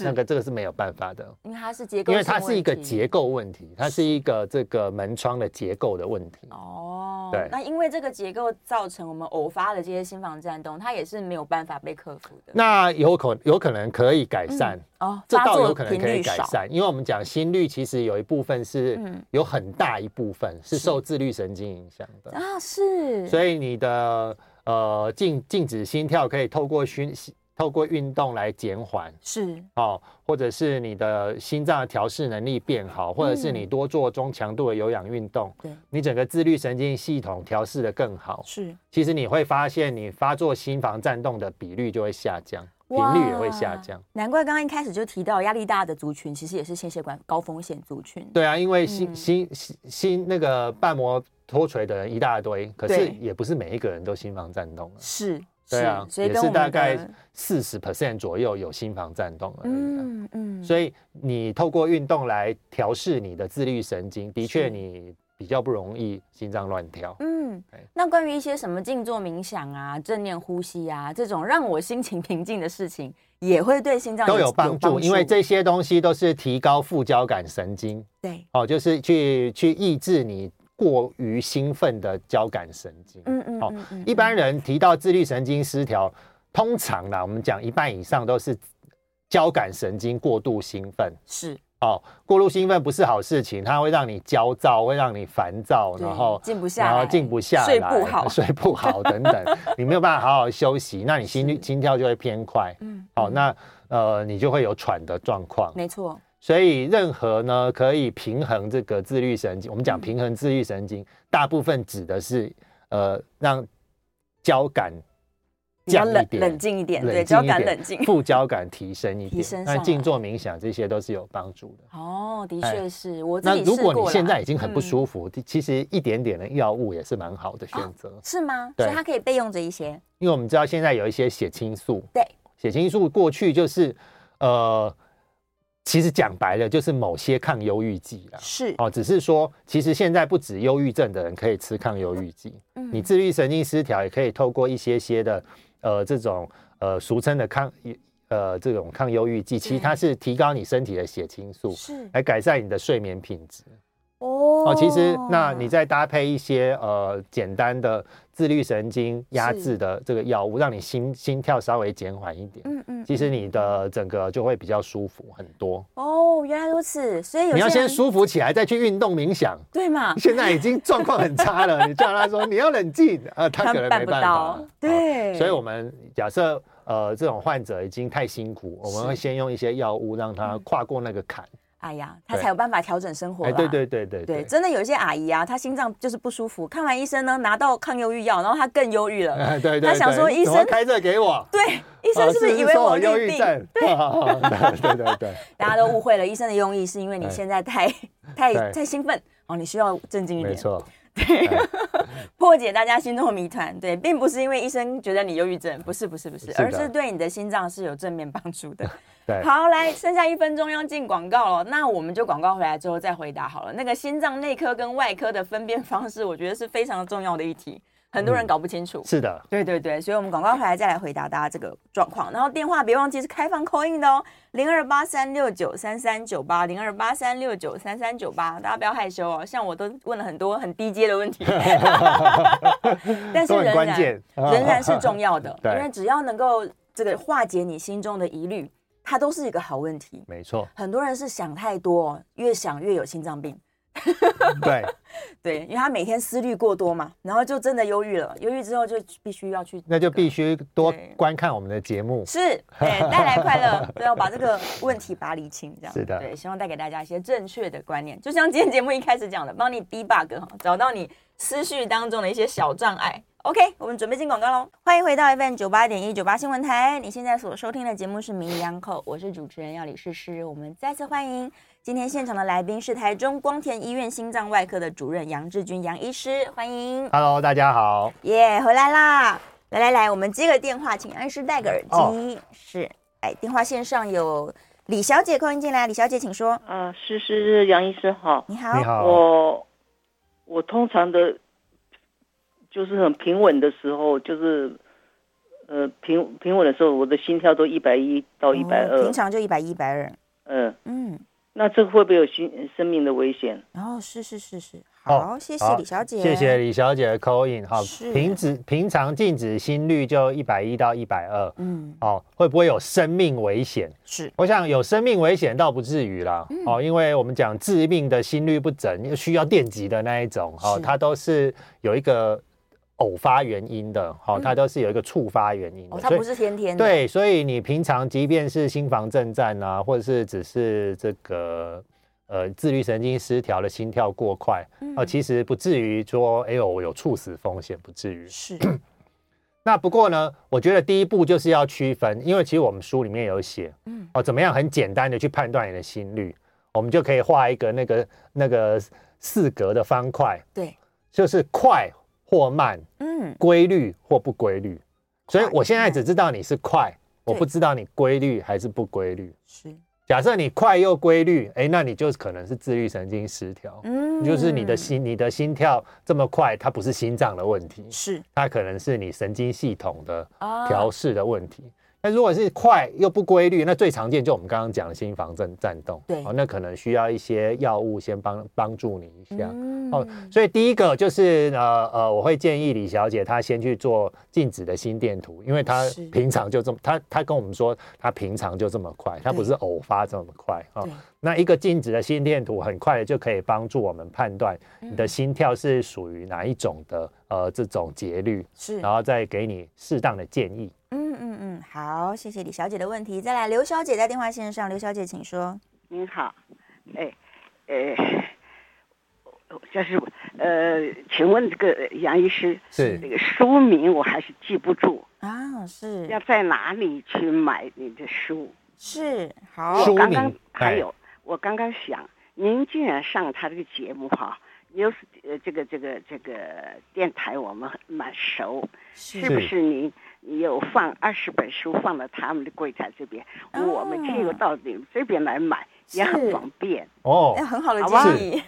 S3: 那个这个是没有办法的。
S2: 因为它是结构，
S3: 因为它是一个结。构问题，它是一个这个门窗的结构的问题。
S2: 哦，
S3: 对
S2: 那因为这个结构造成我们偶发的这些心房颤动，它也是没有办法被克服的。
S3: 那有可有可能可以改善，
S2: 哦，
S3: 这
S2: 发
S3: 倒
S2: 作
S3: 有可能
S2: 频
S3: 可以
S2: 率
S3: 改
S2: 少，
S3: 善，因为我们讲心率其实有一部分是、
S2: 嗯
S3: 有很大一部分是
S2: 是
S3: 受自律神经影响的，
S2: 啊，是，以
S3: 所以你的呃静静止心跳可以透过熏透过运动来减缓。
S2: 是
S3: 哦，或者是你的心脏的调试能力变好，或者是
S2: 嗯
S3: 你多做中强度的有氧运动，
S2: 对
S3: 你整个自律神经系统调试的更好，
S2: 是
S3: 其实你会发现，你发作心房颤动的比率就会下降，频率也会下降
S2: 哇。。难怪刚刚一开始就提到压力大的族群，其实也是心血管高风险族群。
S3: 对啊，因为心、
S2: 嗯
S3: 心心心那个瓣膜脱垂的人一大堆，可是
S2: 对
S3: 也不是每一个人都心房颤动了。
S2: 是，
S3: 对啊，
S2: 所以
S3: 也
S2: 跟我们
S3: 是大概
S2: 的
S3: 四十 percent 左右有心房颤动而已啊、
S2: 嗯嗯，
S3: 所以你透过运动来调试你的自律神经，的确
S2: 是
S3: 你比较不容易心脏乱跳。
S2: 嗯
S3: 对，
S2: 那关于一些什么静坐冥想啊、正念呼吸啊这种让我心情平静的事情，也会对心脏
S3: 都有帮助，因为这些东西都是提高副交感神经，
S2: 对，
S3: 哦，就是去去抑制你过于兴奋的交感神经。
S2: 嗯嗯
S3: 哦
S2: 嗯嗯，
S3: 一般人提到自律神经失调，通常啦，我们讲一半以上都是交感神经过度兴奋。
S2: 是
S3: 哦，过度兴奋不是好事情，它会让你焦躁，会让你烦躁，
S2: 对
S3: 哦然后
S2: 静不下
S3: 然后
S2: 来
S3: 静不下来，
S2: 睡不好
S3: 睡不好等等，
S2: [LAUGHS]
S3: 你没有办法好好休息，那你心率心跳就会偏快。
S2: 嗯，
S3: 哦，那呃，你就会有喘的状况。
S2: 没错，
S3: 所以任何呢可以平衡这个自律神经，我们
S2: 嗯
S3: 讲平衡自律神经，大部分指的是呃让交感
S2: 比较
S3: 降一
S2: 冷
S3: 点，
S2: 冷静一点，对，
S3: 冷
S2: 只要
S3: 静一
S2: 敢
S3: 点
S2: 冷静。
S3: 副交感提升一
S2: 提
S3: 点
S2: 升，上
S3: 那
S2: 来
S3: 静坐冥想这些都是有帮助的。
S2: 哦，的
S3: 哎
S2: 确是我自
S3: 那
S2: 己
S3: 如
S2: 试过
S3: 果
S2: 了。嗯
S3: 你现在已经很不
S2: 服，
S3: 舒服，其其实一点点的药物也是蛮好的选择，
S2: 是吗？
S3: 对
S2: 所以它可以备用着一些，
S3: 因为我们知道现在有一些血清素，
S2: 对，
S3: 血清素过去就是呃，其实讲白了就是某些抗忧郁剂啦。
S2: 是
S3: 哦，只是说，其实现在不止忧郁症的人可以吃抗忧郁剂，
S2: 嗯
S3: 哦你自律神经失调也可以透过一些些的，呃，这种呃俗称的抗，呃这种抗忧郁剂，其实它是提高你身体的血清素，
S2: 嗯是
S3: 来改善你的睡眠品质。
S2: 哦
S3: 哎哦，其实那你再搭配一些呃简单的自律神经压
S2: 是
S3: 制的这个药物，让你心心跳稍微减缓一点，
S2: 嗯嗯
S3: 其实你的整个就会比较舒服很多。
S2: 哦，原来如此，所以有
S3: 你要
S2: 些
S3: 先
S2: 人
S3: 舒服起来，再去运动冥
S2: [LAUGHS]
S3: 想。
S2: 对嘛？
S3: 现在已经状况很差
S2: [LAUGHS]
S3: [LAUGHS] 了，你叫他说你要冷静，呃，他
S2: 他
S3: 可能
S2: 办
S3: 没
S2: 不
S3: 办
S2: 到
S3: 法。
S2: 对
S3: 所以我们假设呃这种患者已经太辛苦，我们会先用一些药物让
S2: 嗯
S3: 他跨过那个坎。
S2: 哎呀，他
S3: 对
S2: 才有办法调整生活
S3: 哎，
S2: 啦。
S3: 对对对对
S2: 对，真的有一些阿姨啊，她心脏就是不舒服，看完医生呢，拿到抗忧郁药，然后她更忧郁了。
S3: 哎 [LAUGHS] 对对，
S2: 他想
S3: 对
S2: 说医
S3: 怎么
S2: 生
S3: 开这给我。
S2: [LAUGHS] 对，医生
S3: 啊
S2: 是不是以为
S3: 说
S2: 我
S3: 我忧
S2: 有
S3: 郁
S2: 病？
S3: 症？对对对对，
S2: 大家都误会了，医生的用意是因为你
S3: 哎
S2: 现在太太
S3: 对
S2: 太兴奋哦，你需要镇静一
S3: 没
S2: 点，
S3: 错，
S2: [LAUGHS] 破解大家心中的谜团。对，并不是因为医生觉得你忧郁症，不是不是不是，
S3: 是的
S2: 而是对你的心脏是有正面帮助的。
S3: [LAUGHS] 对。
S2: 好，来，剩下一分钟要进广告了，那我们就广告回来之后再回答好了。那个心脏内科跟外科的分辨方式，我觉得是非常重要的一题，很多人
S3: 嗯
S2: 搞不清楚。
S3: 是的，
S2: 对对对，所以我们广告回来再来回答大家这个状况。然后电话别忘记是开放 call in 的哦，零二八三六九三三九八，零二八三六九三三九八，大家不要害羞哦。像我都问了很多很低阶的
S3: [LAUGHS]
S2: 问题，但是
S3: 都
S2: 仍
S3: 很
S2: 然
S3: 关键，，
S2: 仍然是重要的
S3: [LAUGHS] 对
S2: 因为只要能够这个化解你心中的疑虑，它都是一个好问题。
S3: 没错，
S2: 很多人是想太多，哦越想越有心脏病。
S3: 对，
S2: 对，因为他每天思虑过多嘛，然后就真的忧郁了。忧郁之后就必须要去
S3: 那就必须多
S2: 对
S3: 观看我们的节目。
S2: 是，对，带来快乐，都要把这个问题把它理清，这样
S3: 是的
S2: 对，希望带给大家一些正确的观念，就像今天节目一开始讲的，帮你 debug 哈，找到你思绪当中的一些小障碍。OK，我们准备进广告喽！欢迎回到 FM 九八点一九八新闻台，你现在所收听的节目是《名医央叩》，我是主持人要李诗诗。我们再次欢迎今天现场的来宾是台中光田医院心脏外科的主任杨志军杨医师，欢迎！
S3: Hello，大家好，
S2: 耶回来啦！来来来，我们接个电话，请安师戴个耳机。
S3: 哦
S2: 是，哎，电话线上有李小姐扣音进来，李小姐请说。
S5: 啊，是是是，杨医师好。
S2: 你好，
S3: 你好，
S5: 我我通常的，就是很平稳的时候，就是呃平平稳的时候，我的心跳都一百一到一百
S2: 哦
S5: 二
S2: 平。常就一百一百二。
S5: 嗯，
S2: 嗯，
S5: 那这个会不会有心生命的危险？
S2: 然、后是是是是，
S3: 哦
S2: 好，谢谢
S3: 好
S2: 李小姐，
S3: 谢谢。李小姐的 call in 哈
S2: 是，
S3: 平止平常静止心率就一百一到一百二，
S2: 嗯，
S3: 哦，会不会有生命危险？
S2: 是
S3: 我想有生命危险倒不至于啦，
S2: 嗯
S3: 哦，因为我们讲致命的心律不整，又需要电极的那一种，哦
S2: 是，
S3: 它都是有一个偶发原因的，哦
S2: 嗯，
S3: 它都是有一个触发原因的，
S2: 哦，她不是天天的，，
S3: 对，所以你平常即便是心房震颤啊，或者是只是这个呃自律神经失调的心跳过快，
S2: 嗯
S3: 哦、其实不至于说，哎呦，我有猝死风险，不至于。
S2: 是
S3: [CLEARS THROAT] 那不过呢，我觉得第一步就是要区分，因为其实我们书里面有写，
S2: 嗯
S3: 嗯，哦，怎么样很简单的去判断你的心率，我们就可以画一个那个那个四格的方块，
S2: 对，
S3: 就是快或慢，
S2: 嗯，
S3: 规律或不规律。所以
S2: 快
S3: 我现在
S2: 慢
S3: 只知道你是快，我
S2: 对
S3: 不知道你规律还是不规律。
S2: 是，
S3: 假设你快又规律，哎，那你就可能是自律神经失调，
S2: 嗯
S3: 就是你的心你的心跳这么快，它不是心脏的问题，
S2: 嗯是
S3: 它可能是你神经系统的
S2: 啊
S3: 调试的问题。那如果是快又不规律，那最常见就我们刚刚讲的心房震颤动，
S2: 对
S3: 哦，那可能需要一些药物先帮帮助你一下。
S2: 嗯
S3: 哦，所以第一个就是呃呃，我会建议李小姐她先去做静止的心电图，因为她
S2: 是
S3: 平常就这么，她她跟我们说她平常就这么快，她不是偶发这么快啊、哦
S2: 对。
S3: 那一个静止的心电图很快的就可以帮助我们判断你
S2: 嗯
S3: 的心跳是属于哪一种的呃这种节律，
S2: 是，
S3: 然后再给你适当的建议。
S2: 嗯嗯嗯，好，谢谢李小姐的问题。再来，刘小姐在电话线上，刘小姐请说。
S5: 您好，哎，哎，就是呃，请问这个杨医师，
S3: 是
S5: 个书名我还是记不住，
S2: 啊，是
S5: 在哪里去买你的书？
S2: 是
S5: 我
S2: 好
S3: 书
S5: 哦刚刚
S3: 名
S5: 还
S3: 哎
S5: 有，我刚刚想，您竟然上他这个节目哈，又是呃这个这个这个电台，我们很蛮熟，是不
S3: 是
S5: 是您？你有放二十本书放到他们的柜台这边，
S2: 哦
S5: 我们这个到你们这边来买也很
S2: 是
S5: 方
S2: [LAUGHS]
S5: 便。
S3: 哦
S2: 哎，，很好的
S5: 好吧
S2: 建议，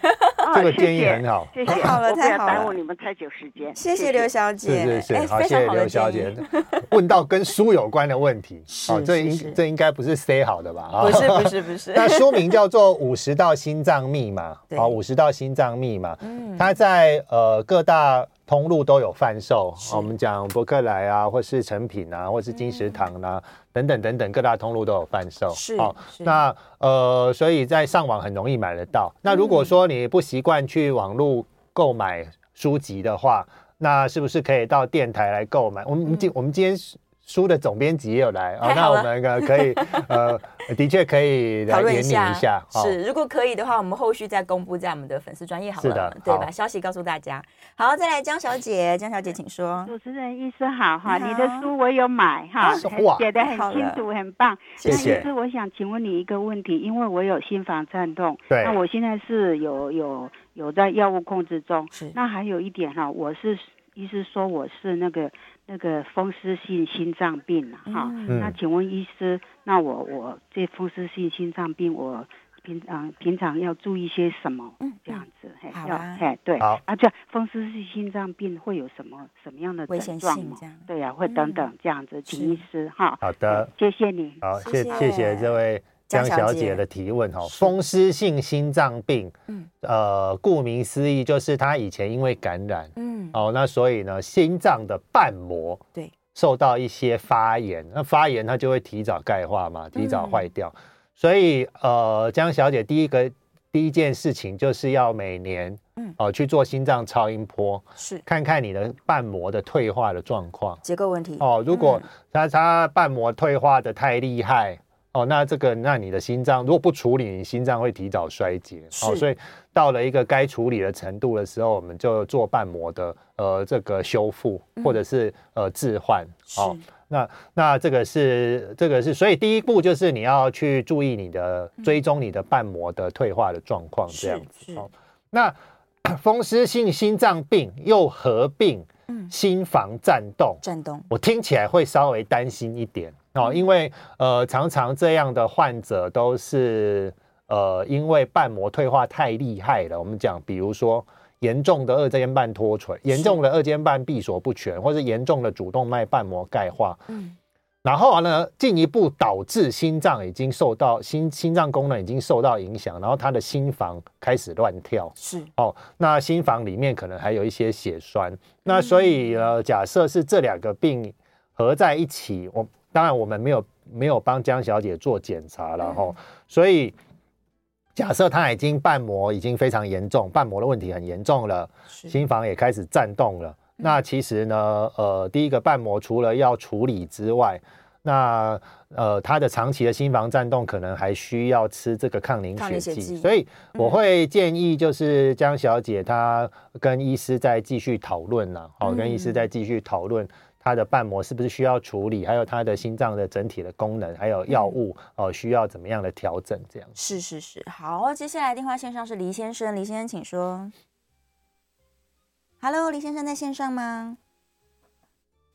S5: 啊
S3: 这个
S5: 谢
S3: 建议
S5: 谢
S3: 很好
S5: 谢谢，
S2: 太好了
S5: 我不
S2: 太
S5: 要
S2: 好
S5: 耽
S2: 了
S5: 误你们太久时间。
S2: 谢谢刘小
S3: 是
S2: 姐，哎
S3: 是是，好，
S2: 非
S3: 谢
S2: 常
S3: 谢
S2: 好的
S3: 刘小
S2: 建
S3: 姐
S2: 议。
S3: [LAUGHS] 问到跟书有关的问
S2: [LAUGHS]
S3: 题，哦
S2: 是
S3: 这
S2: 是是
S3: 应这应该不是 say 好的吧？啊
S2: 不是不是不是，
S3: [LAUGHS] 那书名叫做《五十道心脏密码》
S2: 对
S3: 啊，五十道心脏密码》
S2: 嗯
S3: 它在呃各大通路都有贩售。
S2: 是嗯
S3: 啊我们讲博客来啊，或是成品啊，或是金石堂啊，等等等等，各大通路都有贩售。
S2: 是
S3: 哦好
S2: 是
S3: 那呃，所以在上网很容易买得
S2: 嗯
S3: 到。那如果说你不习惯去网络购买书籍的话，那是不是可以到电台来购买？我们我们今我们今天。书的总编辑也有来啊、
S2: 嗯太
S3: 那
S2: 好
S3: 我
S2: 了
S3: 们呃可以
S2: [LAUGHS]
S3: 呃，的确可以来
S2: 讨论
S3: 研拟一下，哦
S2: 是，如果可以的话，我们后续再公布在我们的粉丝专业好了，
S3: 是的
S2: 对
S3: 好
S2: 把消息告诉大家。好，再来江小姐，江小姐请说。
S6: 主持人医师好哈，
S2: 你好
S6: 你的书我有买哈
S3: 啊，哇
S6: 写的很
S2: 太好
S6: 清
S2: 了
S6: 楚，很棒。
S3: 谢谢
S6: 那医师，我想请问你一个问题，因为我有心房颤动，
S3: 对
S6: 那我现在是有有有在药物控制中
S2: 是，
S6: 那还有一点哈，我是医师说我是那个那个风湿性心脏病啊哈，
S3: 嗯
S6: 那请问医师，那我我这风湿性心脏病我。平常平常要注意些什么？
S2: 嗯
S6: 这样子，嘿
S2: 好
S6: 要
S2: 啊
S6: 嘿，对，
S3: 好
S6: 啊，这风湿性心脏病会有什么什么样的
S2: 危
S6: 症
S2: 险
S6: 状
S2: 性
S6: 吗
S2: 这样嗯
S6: 对呀、会等等这样子，请
S2: 是
S6: 医师哈。
S3: 好的，
S6: 谢谢你。
S3: 好，
S2: 谢
S3: 谢
S2: 谢
S3: 谢谢这位江
S2: 江小
S3: 小
S2: 姐
S3: 姐的提问哈。
S2: 是
S3: 风湿性心脏病，
S2: 嗯
S3: 呃，顾名思义就是她以前因为感染
S2: 嗯，
S3: 哦，那所以呢，心脏的瓣膜
S2: 对
S3: 受到一些发炎，那发炎它就会提早钙化嘛，提早
S2: 嗯
S3: 坏掉。所以呃，江小姐第一个第一件事情就是要每年
S2: 嗯
S3: 哦去做心脏超音波，
S2: 是
S3: 看看你的瓣膜的退化的状况。
S2: 结构问题。
S3: 哦，如果
S2: 嗯
S3: 它它瓣膜退化的太厉害。哦，那这个，那你的心脏如果不处理，你心脏会提早衰竭。哦，
S2: 是
S3: 所以到了一个该处理的程度的时候，我们就做瓣膜的呃这个修复
S2: 嗯
S3: 或者是呃置换。哦，那那这个是这个是，所以第一步就是你要去注意你的追踪你的瓣膜的退化的状况，这样子
S2: 嗯是。是
S3: 哦，那 [CLEARS THROAT] 风湿性心脏病又合并
S2: 嗯
S3: 心房颤动，
S2: 震动
S3: 我听起来会稍微担心一点哦，因为呃，常常这样的患者都是呃，因为瓣膜退化太厉害了。我们讲，比如说严重的二尖瓣脱垂、严重的二尖瓣闭锁不全，或是严重的主动脉瓣膜钙化，
S2: 嗯
S3: 然后呢，进一步导致心脏已经受到心心脏功能已经受到影响，然后他的心房开始乱跳。
S2: 是
S3: 哦，那心房里面可能还有一些血栓，那所以呃，假设是这两个病合在一起，我当然我们没有没有帮江小姐做检查了哈、所以假设她已经瓣膜已经非常严重，瓣膜的问题很严重了，
S2: 是嗯
S3: 心房也开始颤动了。那其实呢，呃，第一个瓣膜除了要处理之外，那呃，他的长期的心房颤动可能还需要吃这个抗凝
S2: 抗凝
S3: 血
S2: 血
S3: 剂，
S2: 剂嗯
S3: 所以我会建议就是江小姐她跟医师再继续讨论啦，好、
S2: 嗯
S3: 跟医师再继续讨论。她的瓣膜是不是需要处理？还有她的心脏的整体的功能，还有药物
S2: 嗯
S3: 哦、需要怎么样的调整？这样
S2: 是是是。好，接下来电话线上是黎先生，黎先生请说。Hello，黎先生在线上吗？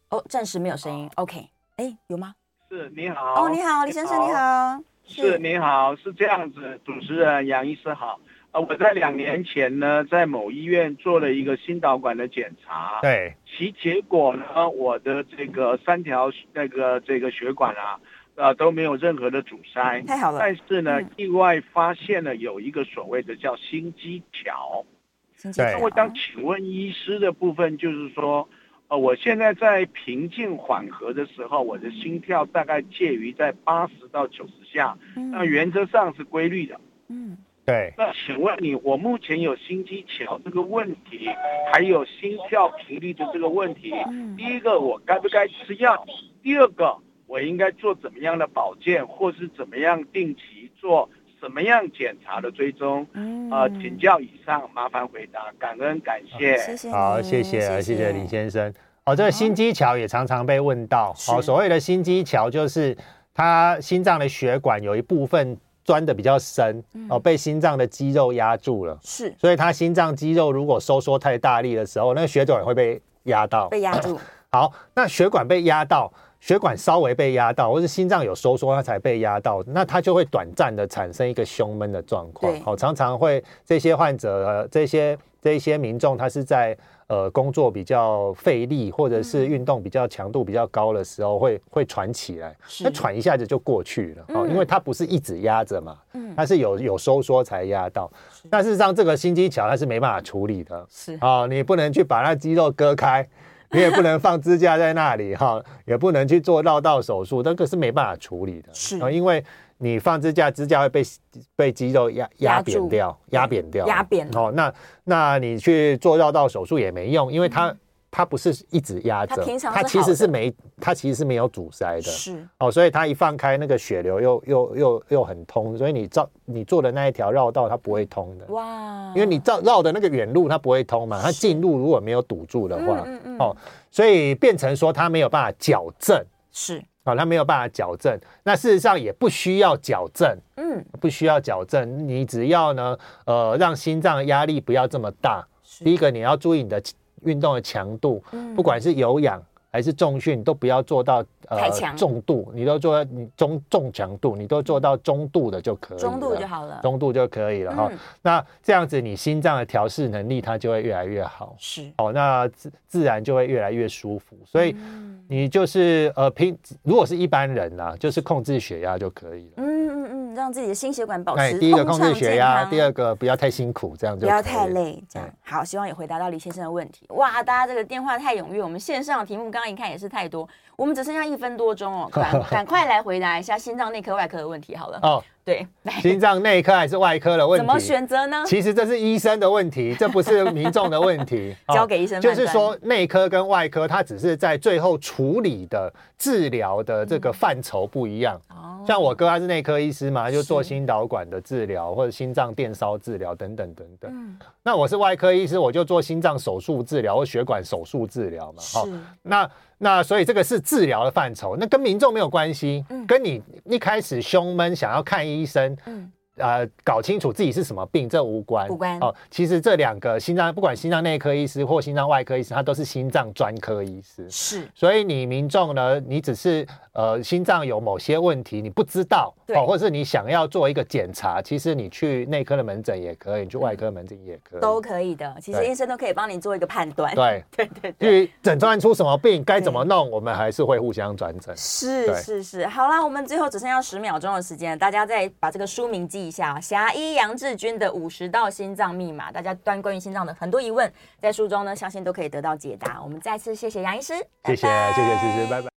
S2: 哦，暂时没有声音。OK，哎，有吗？
S7: 是你好。
S2: 哦，你好，黎先生，你。好。
S7: 是你好，是这样子，主持人杨医师好。呃，我在两年前呢，在某医院做了一个心导管的检查，
S3: 对，
S7: 其结果呢，我的这个三条那个这个血管啊，呃都没有任何的阻塞，
S2: 太好了，
S7: 但是呢
S2: 嗯，
S7: 意外发现了有一个所谓的叫心肌条，
S2: 请继续
S3: 对
S7: 那我想请问医师的部分，就是说，呃，我现在在平静缓和的时候，我的心跳大概介于在八十到九十下，那
S2: 嗯
S7: 原则上是规律的。
S2: 嗯，
S3: 对，
S7: 那请问你，我目前有心肌桥这个问题，还有心跳频率的这个问题，
S2: 嗯
S7: 第一个我该不该吃药？第二个我应该做怎么样的保健，或是怎么样定期做什么样检查的追踪？
S2: 嗯
S7: 呃，请教以上，麻烦回答，感恩感谢。
S2: 谢谢你，
S3: 好，谢谢谢谢林先生。哦，这个心肌桥也常常被问到。
S2: 是
S3: 哦，所谓的心肌桥就是它心脏的血管有一部分钻的比较深，
S2: 嗯
S3: 哦，被心脏的肌肉压住了，
S2: 是
S3: 所以它心脏肌肉如果收缩太大力的时候，那个血管会被压到。
S2: 被压
S3: [CLEARS THROAT]
S2: 住，
S3: 好，那血管被压到，血管稍微被压到，或是心脏有收缩，它才被压到，那它就会短暂的产生一个胸闷的状况
S2: 对。
S3: 好、常常会这些患者、呃、这些这些民众，他是在呃工作比较费力，或者是运动比较强度比较高的时候，会会喘起来。
S2: 嗯是
S3: 那喘一下子就过去了，哦，因为它不是一直压着嘛，
S2: 嗯
S3: 它是有有收缩才压到。那事实上，这个心肌桥它是没办法处理的， [LAUGHS]
S2: 是
S3: 哦，你不能去把那肌肉割开，你也不能放支架在那里哈、也不能去做绕道手术，那个是没办法处理的。
S2: 是
S3: 哦因为你放支架，支架会被被肌肉压
S2: 压
S3: 压
S2: 住
S3: 扁掉，压扁掉，
S2: 压扁
S3: 哦，那那你去做绕道手术也没用，因为它、它不是一直压着
S2: 嗯它平，常是
S3: 它其
S2: 好的
S3: 实是没，它其实是没有阻塞的。
S2: 是
S3: 哦，所以它一放开，那个血流又又又又很通，所以你照你做的那一条绕道它不会通的，
S2: 哇，
S3: 因为你照绕的那个远路它不会通嘛，它近路如果没有堵住的话，
S2: 嗯嗯嗯
S3: 哦，所以变成说它没有办法矫正
S2: 是
S3: 啊、哦，它没有办法矫正，那事实上也不需要矫正，
S2: 嗯
S3: 不需要矫正，你只要呢，呃，让心脏的压力不要这么大。第一个，你要注意你的运动的强度，
S2: 嗯
S3: 不管是有氧还是重训，都不要做到呃
S2: 太强
S3: 重度，你都做到你中重强度，你都做到中度的就可以
S2: 嗯
S3: 了，
S2: 中度就好了，
S3: 中度就可以了哈、
S2: 嗯
S3: 那这样子，你心脏的调试能力它就会越来越好。
S2: 是
S3: 哦，那自自然就会越来越舒服。所以
S2: 嗯
S3: 你就是呃平，如果是一般人啦、就是控制血压就可以了。
S2: 嗯嗯嗯，让自己的心血管保
S3: 哎，
S2: 持
S3: 第一个控制
S2: 畅
S3: 血
S2: 健
S3: 压，
S2: 康
S3: 第二个不要太辛苦，这样
S2: 不
S3: 就
S2: 要
S3: 可以
S2: 太
S3: 了。嗯
S2: 累，这样
S3: 对
S2: 好，希望也回答到李先生的问题。哇，大家这个电话太踊跃，我们线上的题目刚刚一看也是太多，我们只剩下一分多钟哦，
S3: [LAUGHS]
S2: 赶赶快来回答一下心脏内科外科的问题好了。
S3: 哦，
S2: 对，来
S3: 心脏内科还是外科的问
S2: 怎
S3: 题？
S2: 么选择呢？。
S3: 其实这是医生的问题，这不是民众的问题
S2: [LAUGHS]
S3: 哦
S2: 交给医生
S3: 啊就
S2: 判断
S3: 是说，内科跟外科，它只是在最后处理的治疗的这个范畴不一样。
S2: 哦
S3: 像我哥他是内科医师嘛，就做
S2: 是
S3: 心导管的治疗或者心脏电烧治疗等等等等。
S2: 嗯
S3: 那我是外科医师，我就做心脏手术治疗或血管手术治疗嘛。
S2: 是
S3: 齁那那所以这个是治疗的范畴，那跟民众没有关系，跟你一开始胸闷想要看医生，
S2: 嗯
S3: 呃，搞清楚自己是什么病，这无关，
S2: 无关
S3: 哦。其实这两个心脏，不管心脏内科医师或心脏外科医师，他都是心脏专科医师。 [LAUGHS]
S2: 是
S3: 所以你民众呢，你只是呃心脏有某些问题，你不知道
S2: 对
S3: 哦，或是你想要做一个检查，其实你去内科的门诊也可以，你去外科门诊也可以，
S2: 都可以的，其实
S3: 对
S2: 医生都可以帮你做一个判断。
S3: 对 [LAUGHS] 对对至于诊断出什么病，该怎么弄，我们还是会互相转诊。
S2: 是
S3: 对
S2: 是是，好啦，我们最后只剩下十秒钟的时间了，大家再把这个书名记一下啊，《侠医杨志军的五十道心脏密码》，大家关关于心脏的很多疑问，在书中呢，相信都可以得到解答。我们再次谢谢杨医师，
S3: 谢谢，
S2: 拜拜
S3: 谢谢，谢谢，拜拜。